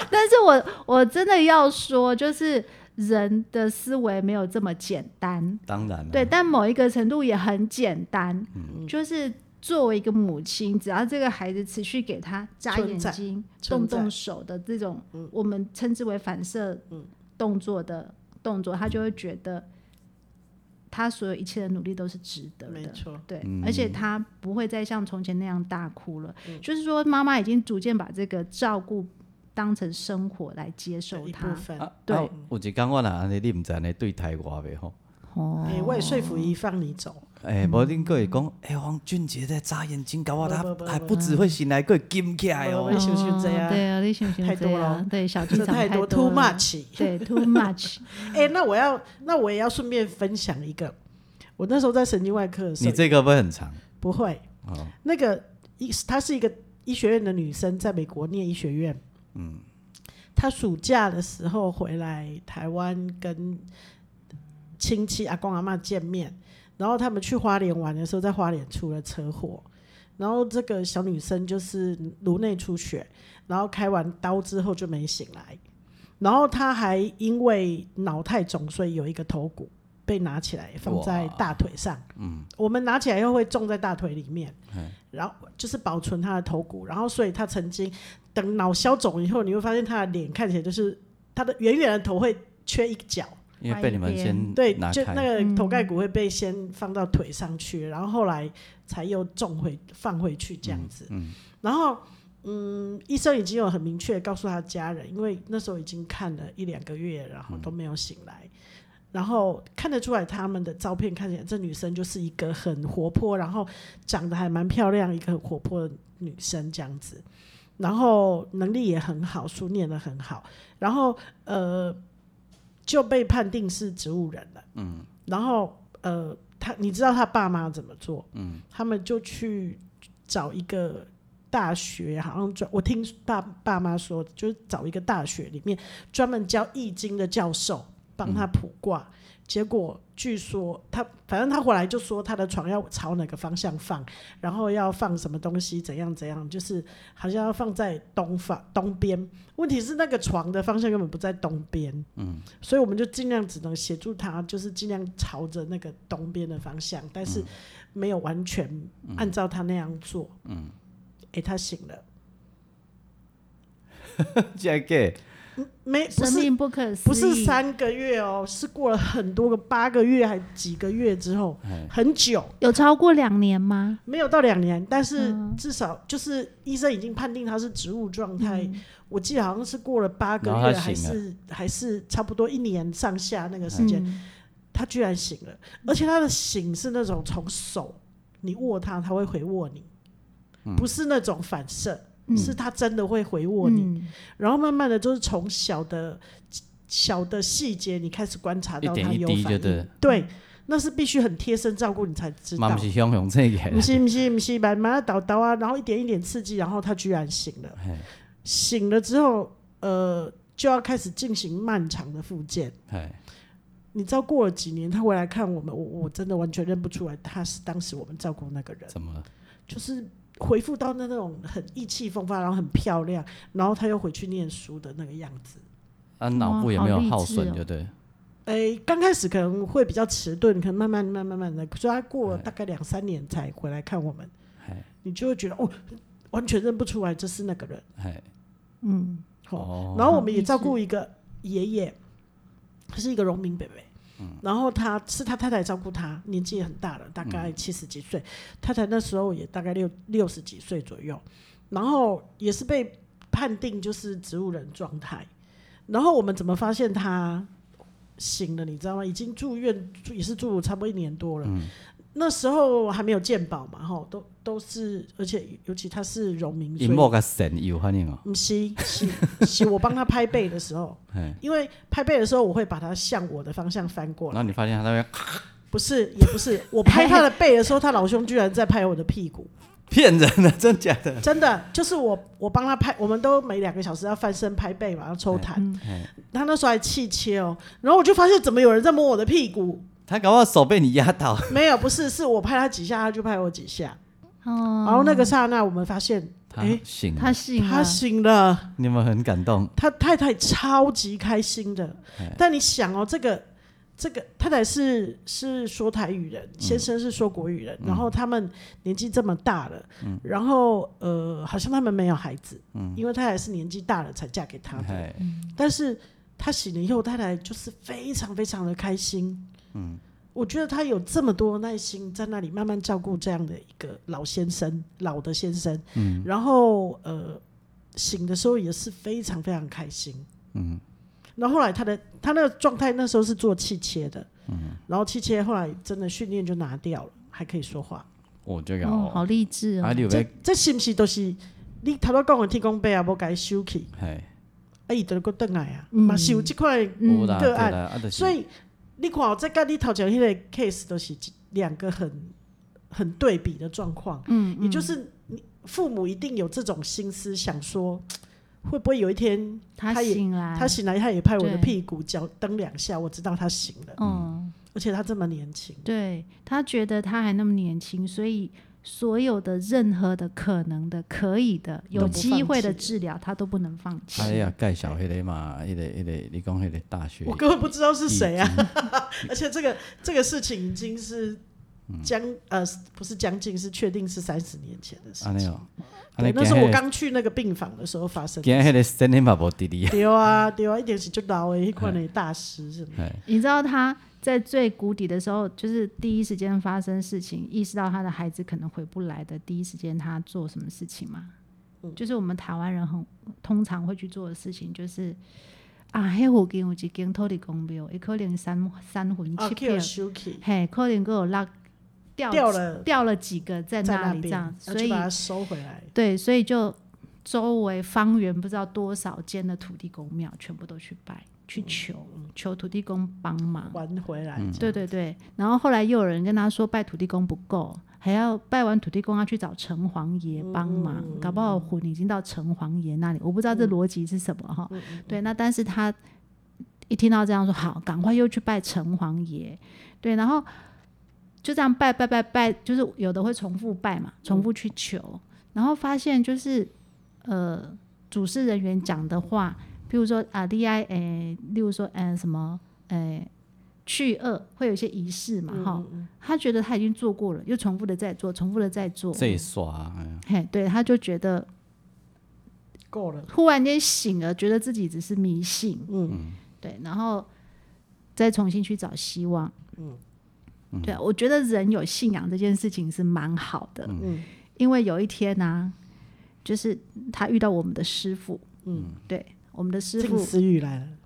S3: 但是我我真的要说，就是人的思维没有这么简单，
S1: 当然了，
S3: 对，但某一个程度也很简单，
S2: 嗯
S3: 就是作为一个母亲，只要这个孩子持续给他眨
S2: 存
S3: 眼
S2: 在
S3: 睛、
S2: 存
S3: 动
S2: 在嗯
S3: 动手的这种，我们称之为反射动作的动作，他就会觉得他所有一切的努力都是值得
S2: 没
S3: 的。
S2: 错，
S3: 对，而且他不会再像从前那样大哭了。
S2: 嗯
S3: 就是说，妈妈已经逐渐把这个照顾当成生活来接受
S2: 一部
S3: 他。
S2: 分。
S1: 啊，
S3: 对
S1: 啊有一天我若安尼，你毋知安尼对待我袂吼？
S3: 哦
S2: 哎、我也说服姨放你走，
S3: 嗯
S1: 哎，无恁个会讲，哎，黄俊杰在眨眼睛，搞我他
S2: 不不不
S1: 还不只会醒来，个金起来
S2: 我
S1: 哦
S2: 也。想想这样，
S3: 对啊，你想想
S2: 太多
S3: 这样
S2: 了，
S3: 对，小剧
S2: 啊这
S3: 场
S2: 太
S3: 多
S2: 多 too
S3: 了
S2: much。
S3: 对，too much。
S2: 哎、那我要，那我也要顺便分享一个，我那时候在神经外科的时
S1: 你
S2: 候，
S1: 这个会很长
S2: 不会
S1: 哦，
S2: 那个医，她是一个医学院的女生，在美国念医学院。嗯，她暑假的时候回来台湾跟亲戚阿公阿妈见面，然后他们去花莲玩的时候，在花莲出了车祸。然后这个小女生就是颅内出血，然后开完刀之后就没醒来，然后她还因为脑太肿，所以有一个头骨被拿起来放在
S1: 哇
S2: 大腿上。嗯，我们拿起来又会种在大腿里面，然后就是保存她的头骨。然后所以她曾经等脑消肿以后，你会发现她的脸看起来就是她的圆圆的头会缺一角。
S1: 因为被你们先
S2: 哎对，
S1: 嗯拿
S2: 就
S1: 开
S2: 那个头盖骨会被先放到腿上去，然后后来才又种回放回去这样子。然后嗯，医生已经有很明确地告诉他家人，因为那时候已经看了一两个月，然后都没有醒来。然后看得出来，他们的照片看起来，这女生就是一个很活泼，然后长得还蛮漂亮，一个很活泼的女生这样子。然后能力也很好，书念得很好，然后呃就被判定是植物人了。嗯，然后呃，他你知道他爸妈怎么做？嗯，他们就去找一个大学，好像专我听爸爸妈说，就是找一个大学里面专门教易经的教授帮他卜卦。结果据说他，反正他回来就说他的床要朝哪个方向放，然后要放什么东西，怎样怎样，就是好像要放在东方东边。问题是那个床的方向根本不在东边，嗯，所以我们就尽量只能协助他，就是尽量朝着那个东边的方向，但
S1: 嗯
S2: 是没有完全按照他那样做，嗯，哎、他醒了，
S1: <laughs> 这个
S2: 没 <laughs> 不
S3: 生
S2: 是
S3: 命不可思议，
S2: 不是三个月哦，是过了很多个八个月还几个月之后，
S1: 哎
S2: 很久。
S3: 有超过两年吗？
S2: 没有到两年，但是
S3: 嗯
S2: 至少就是医生已经判定他是植物状态。
S3: 嗯
S2: 我记得好像是过了八个
S1: 然后
S2: 月，
S1: 他
S2: 还
S1: 醒了嗯
S2: 是还是差不多一年上下那个时间，
S3: 嗯
S2: 他居然醒了，而且他的醒是那种从手你握他，他会回握你，
S1: 嗯
S2: 不是那种反射，是他真的会回握你。
S3: 嗯，
S2: 然后慢慢的，就是从小的小的细节，你开始观察
S1: 一
S2: 到他
S1: 点一
S2: 有
S1: 滴
S2: 反
S1: 就对
S2: 应
S1: 了。
S2: 对，那是必须很贴身照顾你才知
S1: 嘛
S2: 道
S1: 毋。是汹汹这个
S2: 不，是不是不是，慢慢的倒倒啊，然后一点一点刺激，然后他居然醒了。
S1: 嘿
S2: 醒了之后，呃，就要开始进行漫长的复健。
S1: 嘿，
S2: 你知道过了几年，他回来看我们，我我真的完全认不出来，他是当时我们照顾那个人，
S1: 怎么了？
S2: 就是恢复到那那种很意气风发，然后很漂亮，然后他又回去念书的那个样子。
S1: 啊，脑部也没有
S3: 哇好励
S1: 耗
S3: 志
S1: 损
S3: 哦
S1: 就对了。
S2: 诶，刚开始可能会比较迟钝，可能慢慢慢慢慢慢的，所以他过了大概两三年才回来看我们
S1: 哎。
S2: 你就会觉得哦，完全认不出来这是那个人。
S1: 哎，
S3: 嗯，
S2: 哦
S1: 哦，
S2: 然后我们也照顾一个爷爷，他是一个农民伯伯。然后他是他太太照顾他，年纪也很大了，大概七十几岁。太太那时候也大概六六十几岁左右，然后也是被判定就是植物人状态。然后我们怎么发现他醒了？你知道吗？已经住院，住也是住差不多一年多了。那时候还没有健保嘛，吼，都都是，而且尤其他是农民，所
S1: 一
S2: 以
S1: 莫个神有反应哦，
S2: 不是是是，我帮他拍背的时
S1: <laughs>
S2: 候，
S1: 哎，
S2: 因为拍背的时候我会把它向我的方向翻过
S1: 然
S2: 来
S1: 后，你发现他在那边 <laughs>
S2: 不是也不是，我拍他的背的时候，他老兄居然在拍我的屁
S1: <laughs>
S2: 股，
S1: 骗人的，真假的？
S2: 真的就是我我帮他拍，我们都每两个小时要翻身拍背嘛，要抽痰，
S3: 嗯
S1: 哎，
S2: 他那时候还气切哦，然后我就发现怎么有人在摸我的屁股，
S1: 他搞不好手被你压倒，
S2: 没有，不是，是我拍他几下，他就拍我几下，
S3: 哦，
S2: 然后那个刹那我们发现，
S1: 他
S2: 哎，
S1: 醒
S3: 他
S1: 了，
S3: 醒
S2: 他
S3: 了，
S2: 醒了。
S1: 你有没有很感动？
S2: 他太太超级开心的。但你想哦，这个这个太太是是说台语人，先生是说国语人，然后他们年纪这么大了，然后呃，好像他们没有孩子，因为太太是年纪大了才嫁给他的。
S1: 哎，
S2: 但是他醒了以后，太太就是非常非常的开心。嗯，我觉得他有这么多耐心在那里慢慢照顾这样的一个老先生，老的先生。嗯，然后呃，醒的时候也是非常非常开心。
S1: 嗯，
S2: 然后后来他的他那个状态那时候是做气切的，嗯，然后气切后来真的训练就拿掉了，还可以说话。
S1: 我这个
S3: 哦，好
S1: 哦，
S3: 励志
S1: 啊，
S3: 哦，
S1: 你有
S2: 这
S1: 被
S2: 这是不是都是你头先讲的天公伯啊，无该收起，
S1: 哎，
S2: 啊，伊就搁转来啊，
S3: 嗯
S2: 嘛、是有这块
S1: 有啦，对
S2: 个案
S1: 啦，啊，就是
S2: 嗯所以你看哦，在跟你头前迄个 case 都是一两个很很对比的状况，
S3: 嗯，
S2: 也就是你父母一定有这种心思，想说会不会有一天
S3: 他
S2: 他也
S3: 醒来，
S2: 他醒来，他也拍我的
S3: 对
S2: 屁股，脚蹬两下，我知道他醒了，
S3: 嗯。
S2: 而且他这么年轻，
S3: 对他觉得他还那么年轻，所以所有的任何的可能的、可以的、有
S2: 都不放
S3: 机会的
S2: 弃
S3: 治疗，他都不能放弃。
S1: 他要介绍迄个嘛，迄个迄个，你讲迄个大学
S2: 我根本不知道是谁啊！ <laughs> 而且这个这个事情已经是将、呃不是将近，是确定是三十年前的事
S1: 安尼
S2: 情。
S1: 哦，安
S2: 对
S1: 尼
S2: 那时候我
S1: 今
S2: 刚去那个病房的时候发生的
S1: 今
S2: 事。
S1: 迄个森林嘛无滴滴，
S2: 对啊，对啊，一点是就老诶，一款的大师什么。
S1: <laughs> 哎，
S3: 你知道他在最谷底的时候，就是第一时间发生事情，意识到他的孩子可能回不来的第一时间，他做什么事情吗？
S2: 嗯
S3: 就是我们台湾人很通常会去做的事情，就是啊，黑虎间有一间土地公庙，伊可能三三魂
S2: 啊
S3: 七
S2: ，Q
S3: 魄，
S2: Shuki
S3: 嘿，可能给我落掉
S2: 掉了
S3: 掉了几个在
S2: 在
S3: 那
S2: 那
S3: 里这
S2: 边，，
S3: 样
S2: 要
S3: 所
S2: 去
S3: 以
S2: 把它收回来。
S3: 对，所以就周围方圆不知道多少间的土地公庙，全部都去拜
S2: 嗯
S3: 去求、求土地公帮忙。
S2: 还回来，
S3: 对对对，然后后来又有人跟他说拜土地公不够，还要拜完土地公要去找城隍爷帮忙，搞不好魂已经到城隍爷那里，我不知道这逻辑是什么哈。对，那但是他一听到这样说，好，赶快又去拜城隍爷，对，然后就这样拜拜拜拜，就是有的会重复拜嘛，重复去求，然后发现就是呃，主事人员讲的话，比如说啊，D I 诶，例如说嗯、呃什么诶。呃去恶会有一些仪式嘛，哈、他觉得他已经做过了，又重复的在做，重复的在做，
S1: 这刷，哎呀
S3: 嘿，对，他就觉得
S2: 够了。
S3: 忽然间醒了，觉得自己只是迷信，
S2: 嗯，
S3: 对，然后再重新去找希望。嗯，对啊，我觉得人有信仰这件事情是蛮好的，
S2: 嗯，
S3: 因为有一天呢、就是他遇到我们的师傅，嗯，对，我们的师
S2: 静
S3: 傅，
S2: 思欲来了，
S3: <laughs>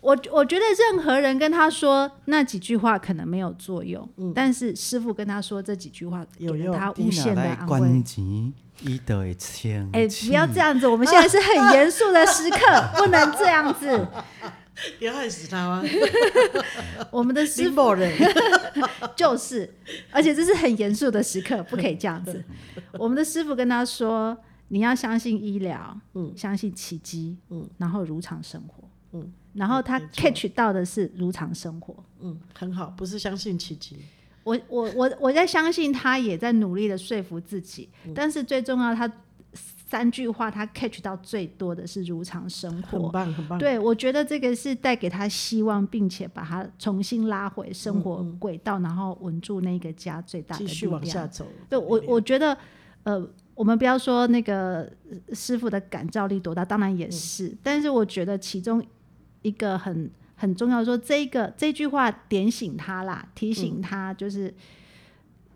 S3: 我我觉得任何人跟他说那几句话可能没有作用，但是师傅跟他说这几句话，
S2: 嗯有
S3: 给了
S2: 用
S3: 他啊无
S1: 你若
S3: 限的
S1: 来
S3: 安慰
S1: 关。钱，伊就会清。
S3: 哎、不要这样子，我们现在是很严肃
S2: <laughs>
S3: 的时刻，不能这样子。
S2: 不要害死 <laughs> 他吗？
S3: <laughs> 我们的师
S2: 师
S3: 傅
S2: 傅人，
S3: <laughs> 就是，而且这是很严肃的时刻，不可以这样子。我们的师傅跟他说：“你要相信医疗，嗯，相信奇迹，嗯，然后如常生活，嗯。”然后他 catch 到的是如常生活。
S2: 嗯，很好，不是相信奇迹，
S3: 我嗯我我我在相信他也在努力的说服自己，但是最重要，他三句话他 catch 到最多的是如常生
S2: 很
S3: 活。
S2: 棒很棒。
S3: 对，我觉得这个是带给他希望，并且把他重新拉回生活轨道，然后稳住那个家最大
S2: 嗯
S3: 的
S2: 继
S3: 力
S2: 续往
S3: 量
S2: 下。走。
S3: 对我，我觉得，呃，我们不要说那个呃师傅的感召力多大，当然
S2: 嗯
S3: 也是，但是我觉得其中一个很很重要的说这一个这句话点醒他啦，提
S2: 嗯
S3: 醒他就是。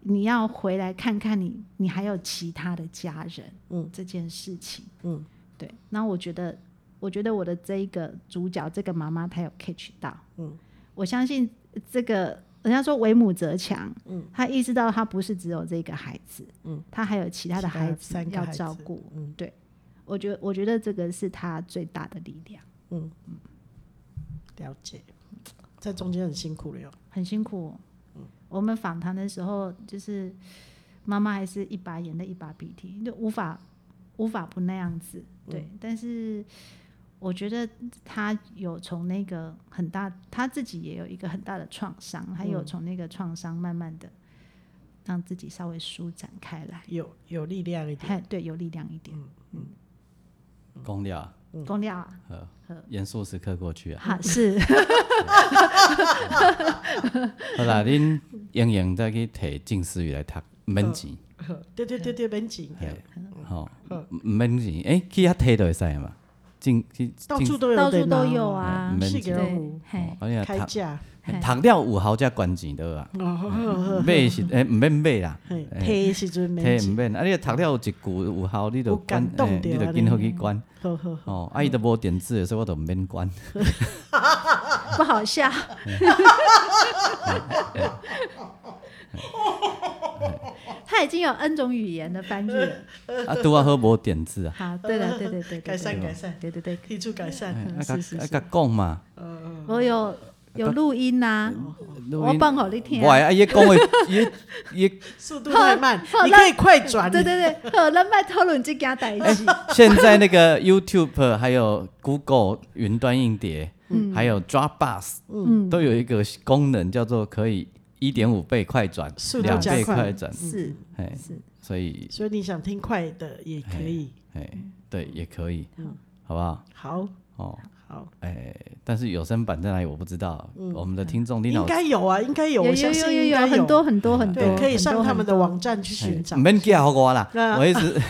S3: 你要回来看看你，你还有其他的家人，
S2: 嗯，
S3: 这件事情，
S2: 嗯，
S3: 对。那我觉得，我觉得我的这一个主角，这个妈妈，她有 catch 到，
S2: 嗯，
S3: 我相信这个人家说为母则强，嗯，她意识到她不是只有这个孩子，
S2: 嗯，
S3: 她还有其他的
S2: 其他
S3: 孩子
S2: 三个
S3: 要
S2: 孩子
S3: 照顾，
S2: 嗯，
S3: 对。我觉得，我觉得这个是她最大的力量，
S2: 了解，在中间很辛苦了哟。
S3: 很辛苦哦、我们访谈的时候，就是妈妈还是一把眼泪一把鼻涕，就无法无法不那样子。对，但是我觉得她有从那个很大，她自己也有一个很大的创伤，还有从那个创伤慢慢的让自己稍微舒展开来，
S2: 有有力量一点，
S3: 还对有力量一点。
S1: 公料啊
S3: 公料啊，
S1: 严肃时刻过去啊。
S3: 哈是
S1: 好啦，恁莹莹再去摕近思语来读，毋免钱，
S2: <laughs> 对对对对，门紧，
S1: 吼，毋毋免钱，诶，去遐摕就会使啊嘛。近去
S2: 到
S1: 近
S2: 处都有，
S3: 到处都有，啊
S1: 嗯，
S2: 是
S1: 对
S2: 给
S3: 对
S2: 我，
S3: 嘿，
S1: 而且
S2: 开哦
S1: 读
S2: 价
S3: 嘿
S1: 读了有效才捐钱对啊。
S2: <laughs>
S1: 买是诶，毋免买啦，
S2: 嘿，贴时阵门
S1: 摕毋
S2: 紧，
S1: 免。啊，你读了有一句有效，你就
S2: 有感
S1: 捐
S2: 动
S1: 嘿
S2: 到
S1: 你就
S2: 安
S1: 紧好
S2: 尼
S1: 去捐。
S2: 呵呵，
S1: 哦，啊，伊都无点字，所以我都毋免捐。
S3: 不好笑。他已经有 N 种语言的翻译了。
S1: <laughs> 啊，拄啊好无点字
S3: <laughs>
S1: 啊，
S3: 好，
S2: <laughs>
S3: 对了，对对对对，
S2: 改善
S3: 对
S2: 改善
S3: 对对对，
S2: 提出改善，
S1: 嘿啊甲
S3: 嗯是是
S1: 啊甲讲嘛。
S2: 嗯
S3: 我有有录音呐，我放好你听。
S1: 喂，啊，伊
S3: <laughs>
S1: 讲话，伊伊
S2: 速度太慢，
S3: 好
S2: 你可以快转，
S3: <laughs> 对对对，好，咱卖讨论这件代志。
S1: 现在那个 YouTube 还有 Google 云端硬碟，
S2: 嗯
S1: 还有 Dropbox，都
S3: 嗯
S1: 有一个功能叫做可以一点五倍快转
S2: 速，度
S1: 两
S2: 加
S1: 倍
S2: 快
S1: 快转，
S3: 是
S1: 哎，
S3: 是，
S1: 所以
S2: 所以你想听快的也可以，
S1: 哎，对，也可以，好不
S3: 哎
S1: 好？
S2: 嗯好
S1: 哦，
S2: 好，
S1: 哎，但是有声版在哪里我不知道，我们的听众丁
S2: 嗯应
S1: 老师
S2: 该有啊，应该有，我
S3: 有
S2: 相
S3: 有
S2: 信
S3: 有
S2: 应
S3: 有
S2: 该
S3: 很多很多很
S2: 对
S3: 多，，
S2: 可以
S3: 很
S2: 上
S3: 多
S2: 他们的网站去寻找啊
S1: 哎，免寄好
S2: <laughs>
S1: 我啦，
S2: 那
S1: 我一直。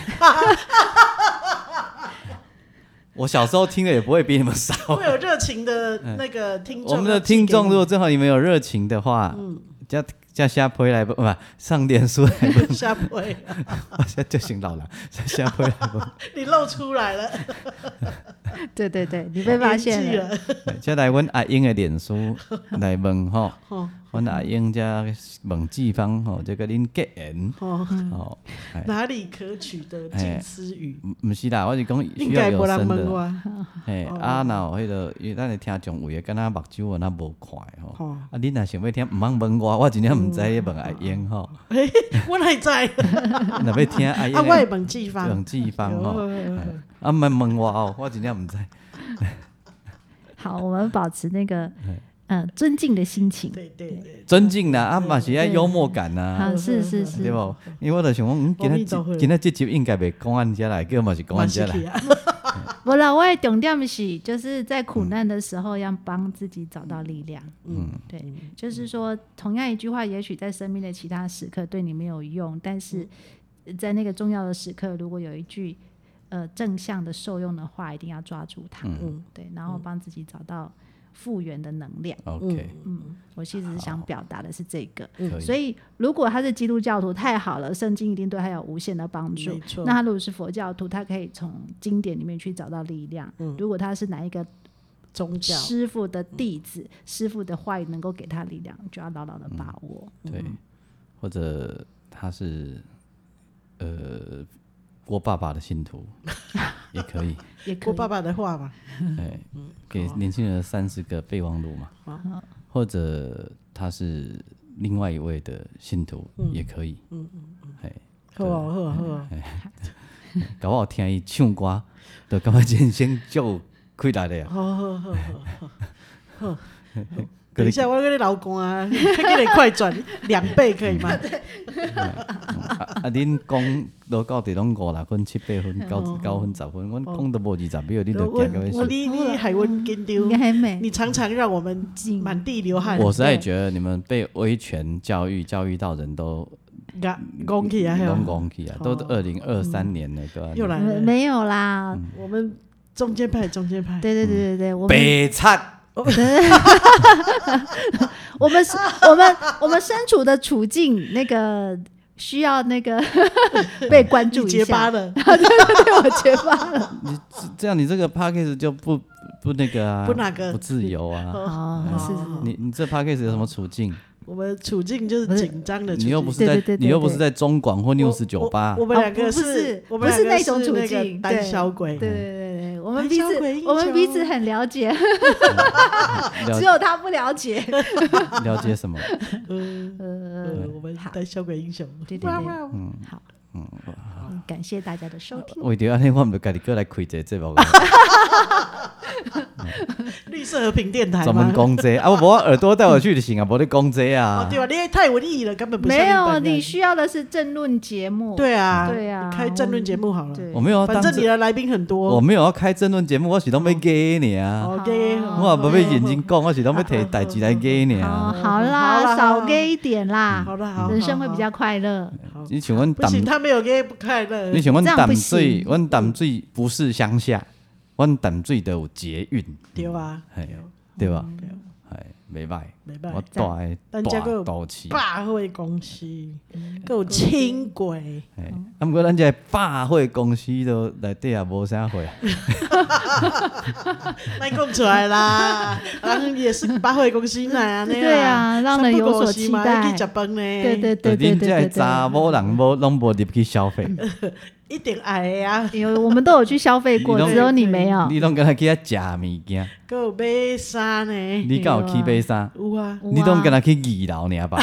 S1: <laughs> 我小时候听的也不会比你们少，
S2: 会有热情的那个听众，啊
S1: 哎我们的听众，如果正好你们有热情的话，
S2: 嗯
S1: 加加下回来不不上脸书来 <laughs> 不，
S2: 下不会， <laughs>
S1: 我现在就行老了， <laughs> 加下回来不，
S2: 你露出来了，
S3: 对对对，你被发现
S2: 年纪
S3: 了，
S2: 了，
S1: <laughs> 加来阮阿英的
S2: <laughs>
S1: 脸书来问吼，
S2: 哦
S1: 阮阿英加问志芳吼，这个恁结缘
S2: 哦，
S1: 吼，哎
S2: 哪里可取的近思语？
S1: 唔唔是啦，我是讲
S2: 应
S1: 哎需要
S2: 该
S1: 有
S2: 没人
S1: 声
S2: 问
S1: 的，
S2: 我。哦
S1: 嘿，啊，若有迄个，因为咱的听众有的敢若目睭有那无快吼，
S2: 哦
S1: 啊，你若想要听，毋通问我，我真正毋知你问阿英吼，
S2: 嘿，我哪会知？
S1: 哎
S2: 啊，
S1: <laughs> 若要听阿
S2: <laughs>
S1: 英的，
S2: 我会问季
S1: 问
S2: 芳。
S1: 志芳吼。
S2: 哦
S1: 啊，唔免问我哦，我真正唔知。
S3: 好，我们保持那个嗯尊敬的心情。
S2: 对对对，
S1: 尊敬
S2: 哦
S1: 啦，啊嘛是要幽默感呐，
S3: 好，是是是
S1: 对，无？因为我就想讲，
S2: 阿
S1: 嗯，今仔
S2: 弥陀佛
S1: 这今仔这集应该袂讲安遮来，叫嘛是讲
S2: 嘛
S1: 安
S2: 是
S1: 遮来
S2: 去。啊，
S3: 不啦，我的重点是就是在苦难的时候要帮自己找到力量。嗯，对，就是说同样一句话，也许在生命的其他时刻对你没有用，但是在那个重要的时刻，如果有一句呃正向的受用的话，一定要抓住它。嗯，对，然后帮自己找到复原的能量。
S1: OK，
S3: 我其实是想表达的是这个。
S1: 可以。
S3: 嗯所以，如果他是基督教徒，太好了，圣经一定对他有无限的帮助
S2: 没。错
S3: 那他如果是佛教徒，他可以从经典里面去找到力量。
S2: 嗯
S3: 如果他是哪一个
S2: 宗教
S3: 师傅的弟子，师傅的话语能够给他力量，就要牢牢的把握。
S1: 对，或者他是呃郭爸爸的信徒也可以，
S3: 也可
S2: 郭
S3: 以
S2: 爸爸的话嘛，
S1: 哎，给年轻人三十个备忘录嘛。或者他是另外一位的信徒也可以，嗯嗯嗯，
S2: 好啊好啊好啊，
S1: 搞不好听伊唱歌，就 <laughs> 感觉人生就有快乐的啊。
S2: 好好好好好， <laughs> 等一下，我要跟你老公啊， <laughs> 给你快转两
S3: <laughs>
S2: 倍可以吗？
S1: 啊，恁讲落到底拢五六分、七八分、九九分、十分，阮讲都无二十秒，你都
S2: 哦我
S1: 惊到要
S2: 我
S1: 死。
S2: 你你海温跟丢
S3: 应，该很美。
S2: 你常常让我们
S3: 紧
S2: 满地流汗。
S1: 我实在
S3: 对
S1: 觉得你们被威权教育教育到人都
S2: 啊，恭喜啊！还有
S1: 拢戆去啊，都二零二三年啊了，对吧？
S2: 嗯又来
S3: 没
S2: 了，嗯
S3: 没有啦，
S2: 我们中间派中间派，
S3: 对对对对
S2: 嗯
S3: 对，我们
S1: 悲惨，
S3: 我们是我们我们身处的处境，那个需要那个 <laughs> 被关
S2: 你
S3: 注一
S2: 结巴
S3: 下。
S2: 了，
S3: <laughs> 对，我结巴了。
S1: 这这样你这个 p a c k a g e 就不不那个啊，
S2: 不哪个
S1: 不自由啊。
S3: 哦，是是
S1: 你你这 p a c k a g e 有什么处境？
S2: 我们处境就是紧张的处
S1: 你又不
S2: 境。
S1: 是在
S3: 对对对对
S1: 你又不是在中广或
S2: 我
S1: news 酒吧
S2: 我我，们
S3: 哦
S2: 两
S3: 不
S2: 个
S3: 不是
S2: 我们
S3: 不是
S2: 两个
S3: 那种处
S2: 个
S3: 境
S2: 胆
S3: 对
S2: 小鬼
S3: 对对，对对，我
S2: 嗯胆
S3: 们彼
S2: 小鬼英
S3: 此我们彼此
S2: 雄
S3: 很了解，
S1: 了
S3: <laughs> 只有他不了解。
S1: 了解什么？
S2: 嗯
S3: 呃，
S2: 呃，我们胆小鬼英雄。
S3: 对对对， <laughs> 好，嗯，感谢大家的收听。
S1: 为着安尼，我毋就家己过来开一个节目啊，
S2: 绿色和平电台
S1: 专
S2: 吗
S1: 门？讲这个啊，我无我耳朵带我去就行啊，无咧讲这个
S2: 哦
S1: 啊，。
S2: 对吧？你也太文艺了，根本不像
S3: 没有，
S2: 本人
S3: 你需要的是政论节目。
S2: 对啊，
S3: 对啊
S2: 你开政论节目好了。
S3: 对，
S1: 我没有要当
S2: 反正你
S1: 真，
S2: 的来宾很
S1: 我
S2: 多。
S1: 没有要开争论节目，我是拢要给你啊，
S2: OK，
S1: 我也无要认真讲，我是拢要摕代志来给你
S3: 哦，
S1: 啊。
S3: 好
S2: 好啦
S3: 啦，
S2: 好
S3: 少
S2: 啦
S3: 给一点啦，
S2: 好了，好，
S3: 人生会比
S2: 好。
S3: 较快乐。
S2: 好
S1: 你请问
S2: 不
S1: 淡，
S2: 行，他没有 gay 不快乐
S1: 你。请问
S3: 这样不
S1: 淡
S3: 行
S1: 水，阮淡水不是乡下，阮淡水都有捷运，
S2: 对啊，
S1: 嘿，对吧？
S2: 对啊
S1: 哎，袂歹，
S2: 没办
S1: 我
S2: 法。
S1: 大诶
S2: 咱这还有
S1: 大都市，
S2: 百货公司
S3: 嗯
S2: 够轻轨，
S1: 哎，啊，毋过咱这个百货公司都内底也无啥货。
S2: 卖供出来
S3: <laughs>
S2: 啦，然后也是百货公司来啊，那样
S3: 对啊让人有所期
S2: 三
S3: 待
S2: 不五时嘛要去食饭呢，
S3: 对对对
S1: 对
S3: 对
S1: 恁
S3: 对
S1: 这
S3: 对
S1: 些查
S3: 对。
S1: 某人无拢无入去消费，
S2: 一定爱的啊，
S3: 有我们都有去消费过
S1: 你，都
S3: 只有你没有。
S1: 你拢敢若去遐食物件，
S2: 还有买衫呢，
S1: 你敢有去买衫？
S2: 有啊，
S3: 嗯有啊
S1: 你拢敢若去二楼尔吧？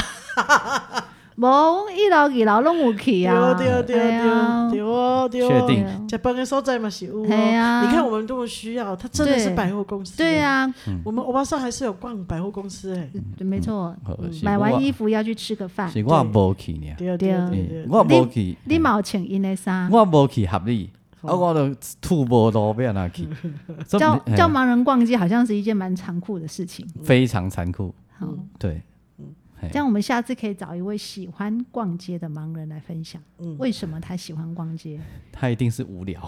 S3: 无一楼二楼拢有去啊，
S2: 对对对
S3: 哎呀
S2: 对对哦对哦，
S1: 确定
S2: 食饭的所在嘛是有哦，
S3: 嘿啊
S2: 你看我们多么需要，它真的是
S3: 对
S2: 百货公司，
S3: 对
S2: 呀，
S3: 啊，
S1: 嗯
S2: 我们欧巴桑还是有逛百货公司哎，
S3: 对没错
S1: 好。啊
S3: 嗯
S1: 是
S3: 买
S1: 我
S3: 完衣服要去吃个饭，
S1: 是我无去尔，
S2: 对
S3: 对
S2: 对
S3: 啊
S2: 对对
S1: 嗯，我无去，
S3: 你冇穿因的衫，
S1: 我无去合理，啊，我都吐无路边
S3: <laughs>
S1: 哪去？所以
S3: 叫
S1: 嘿
S3: 叫盲人逛街，好像是一件蛮残酷的事情。
S1: 非常残酷，
S3: 好，
S2: 嗯
S1: 对，
S3: 嗯
S1: 嘿
S3: 这样我们下次可以找一位喜欢逛街的盲人来分享，
S2: 嗯
S3: 为什么他喜欢逛街？
S1: 他一定是无
S3: <laughs>
S1: 聊。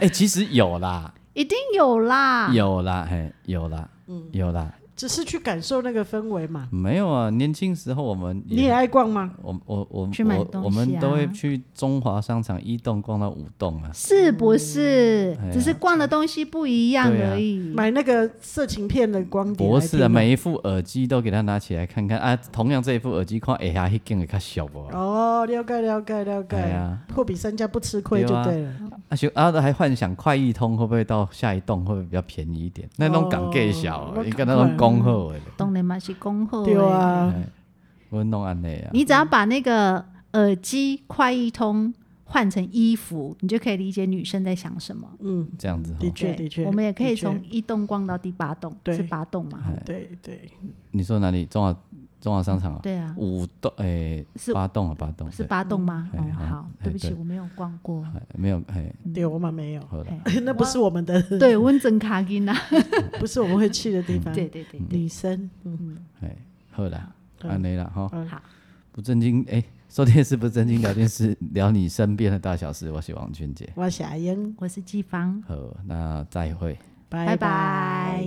S1: 哎，其实有啦，
S3: 一定有啦，
S1: 有啦，嘿，有啦，
S3: 嗯
S1: 有啦，
S2: 只是去感受那个氛围嘛。
S1: 没有啊？年轻时候我们
S2: 你也爱逛吗？
S1: 我我我
S3: 去买
S1: 我
S3: 东
S1: 我们
S3: 西
S1: 都会
S3: 啊
S1: 去中华商场一栋逛到五栋啊，
S3: 是不是？
S1: 哎呀
S3: 只是逛的东西不一样
S1: 对啊
S3: 而已。
S2: 买那个色情片的光碟来听吗？
S1: 博士啊，每一副耳机都给他拿起来看看啊。同样这一副耳机看哎呀，那间会较小啊不？
S2: 哦，了解了解了
S1: 哎
S2: 解
S1: 呀，
S2: 货比三家不吃亏就
S1: 对啊
S2: 对了。
S1: 啊，就啊还幻想快易通会不会到下一栋会不会比较便宜一点？那种港价小啊
S2: 哦，
S1: 应该那种恭贺的，哎
S3: 当然嘛是恭贺、
S2: 对
S3: 哎
S2: 啊，
S1: 我弄安尼啊。
S3: 你只要把那个耳机快一通换成衣服，你就可以理解女生在想什么。
S2: 嗯，
S1: 这样子吼
S2: 的，确
S3: 对
S2: 的确，
S3: 我们也可以
S2: 的确
S3: 从一栋逛到第八栋，
S2: 对
S3: 是八栋嘛？
S1: 哎
S2: 对对，
S1: 你说哪里？中华中华商场啊，
S3: 对啊，
S1: 五栋哎，
S3: 是
S1: 八栋啊，八栋
S3: 是
S1: 对
S3: 八栋吗？
S1: 哎
S3: 哦，
S1: 好
S3: 好，
S1: 哎
S3: 对不起，
S1: 对
S3: 我没有逛过。
S1: 哎没有哎，
S3: 嗯
S2: 对我们没有，
S1: 好了，
S3: 哎
S2: <laughs> 那不是我们的，
S3: <laughs> 对，温真卡金呐，
S2: 不是我们会去的地方。
S3: 对，对对对，
S2: 女生，
S1: 哎，好了，安尼啦哈。
S3: 好，
S1: 不正经，哎、说电视不正经，聊电视，聊你身边的大小事。我是王俊杰，
S2: 我是阿英，
S3: 我是季芳，
S1: 好，那再会。
S2: 拜
S3: 拜拜。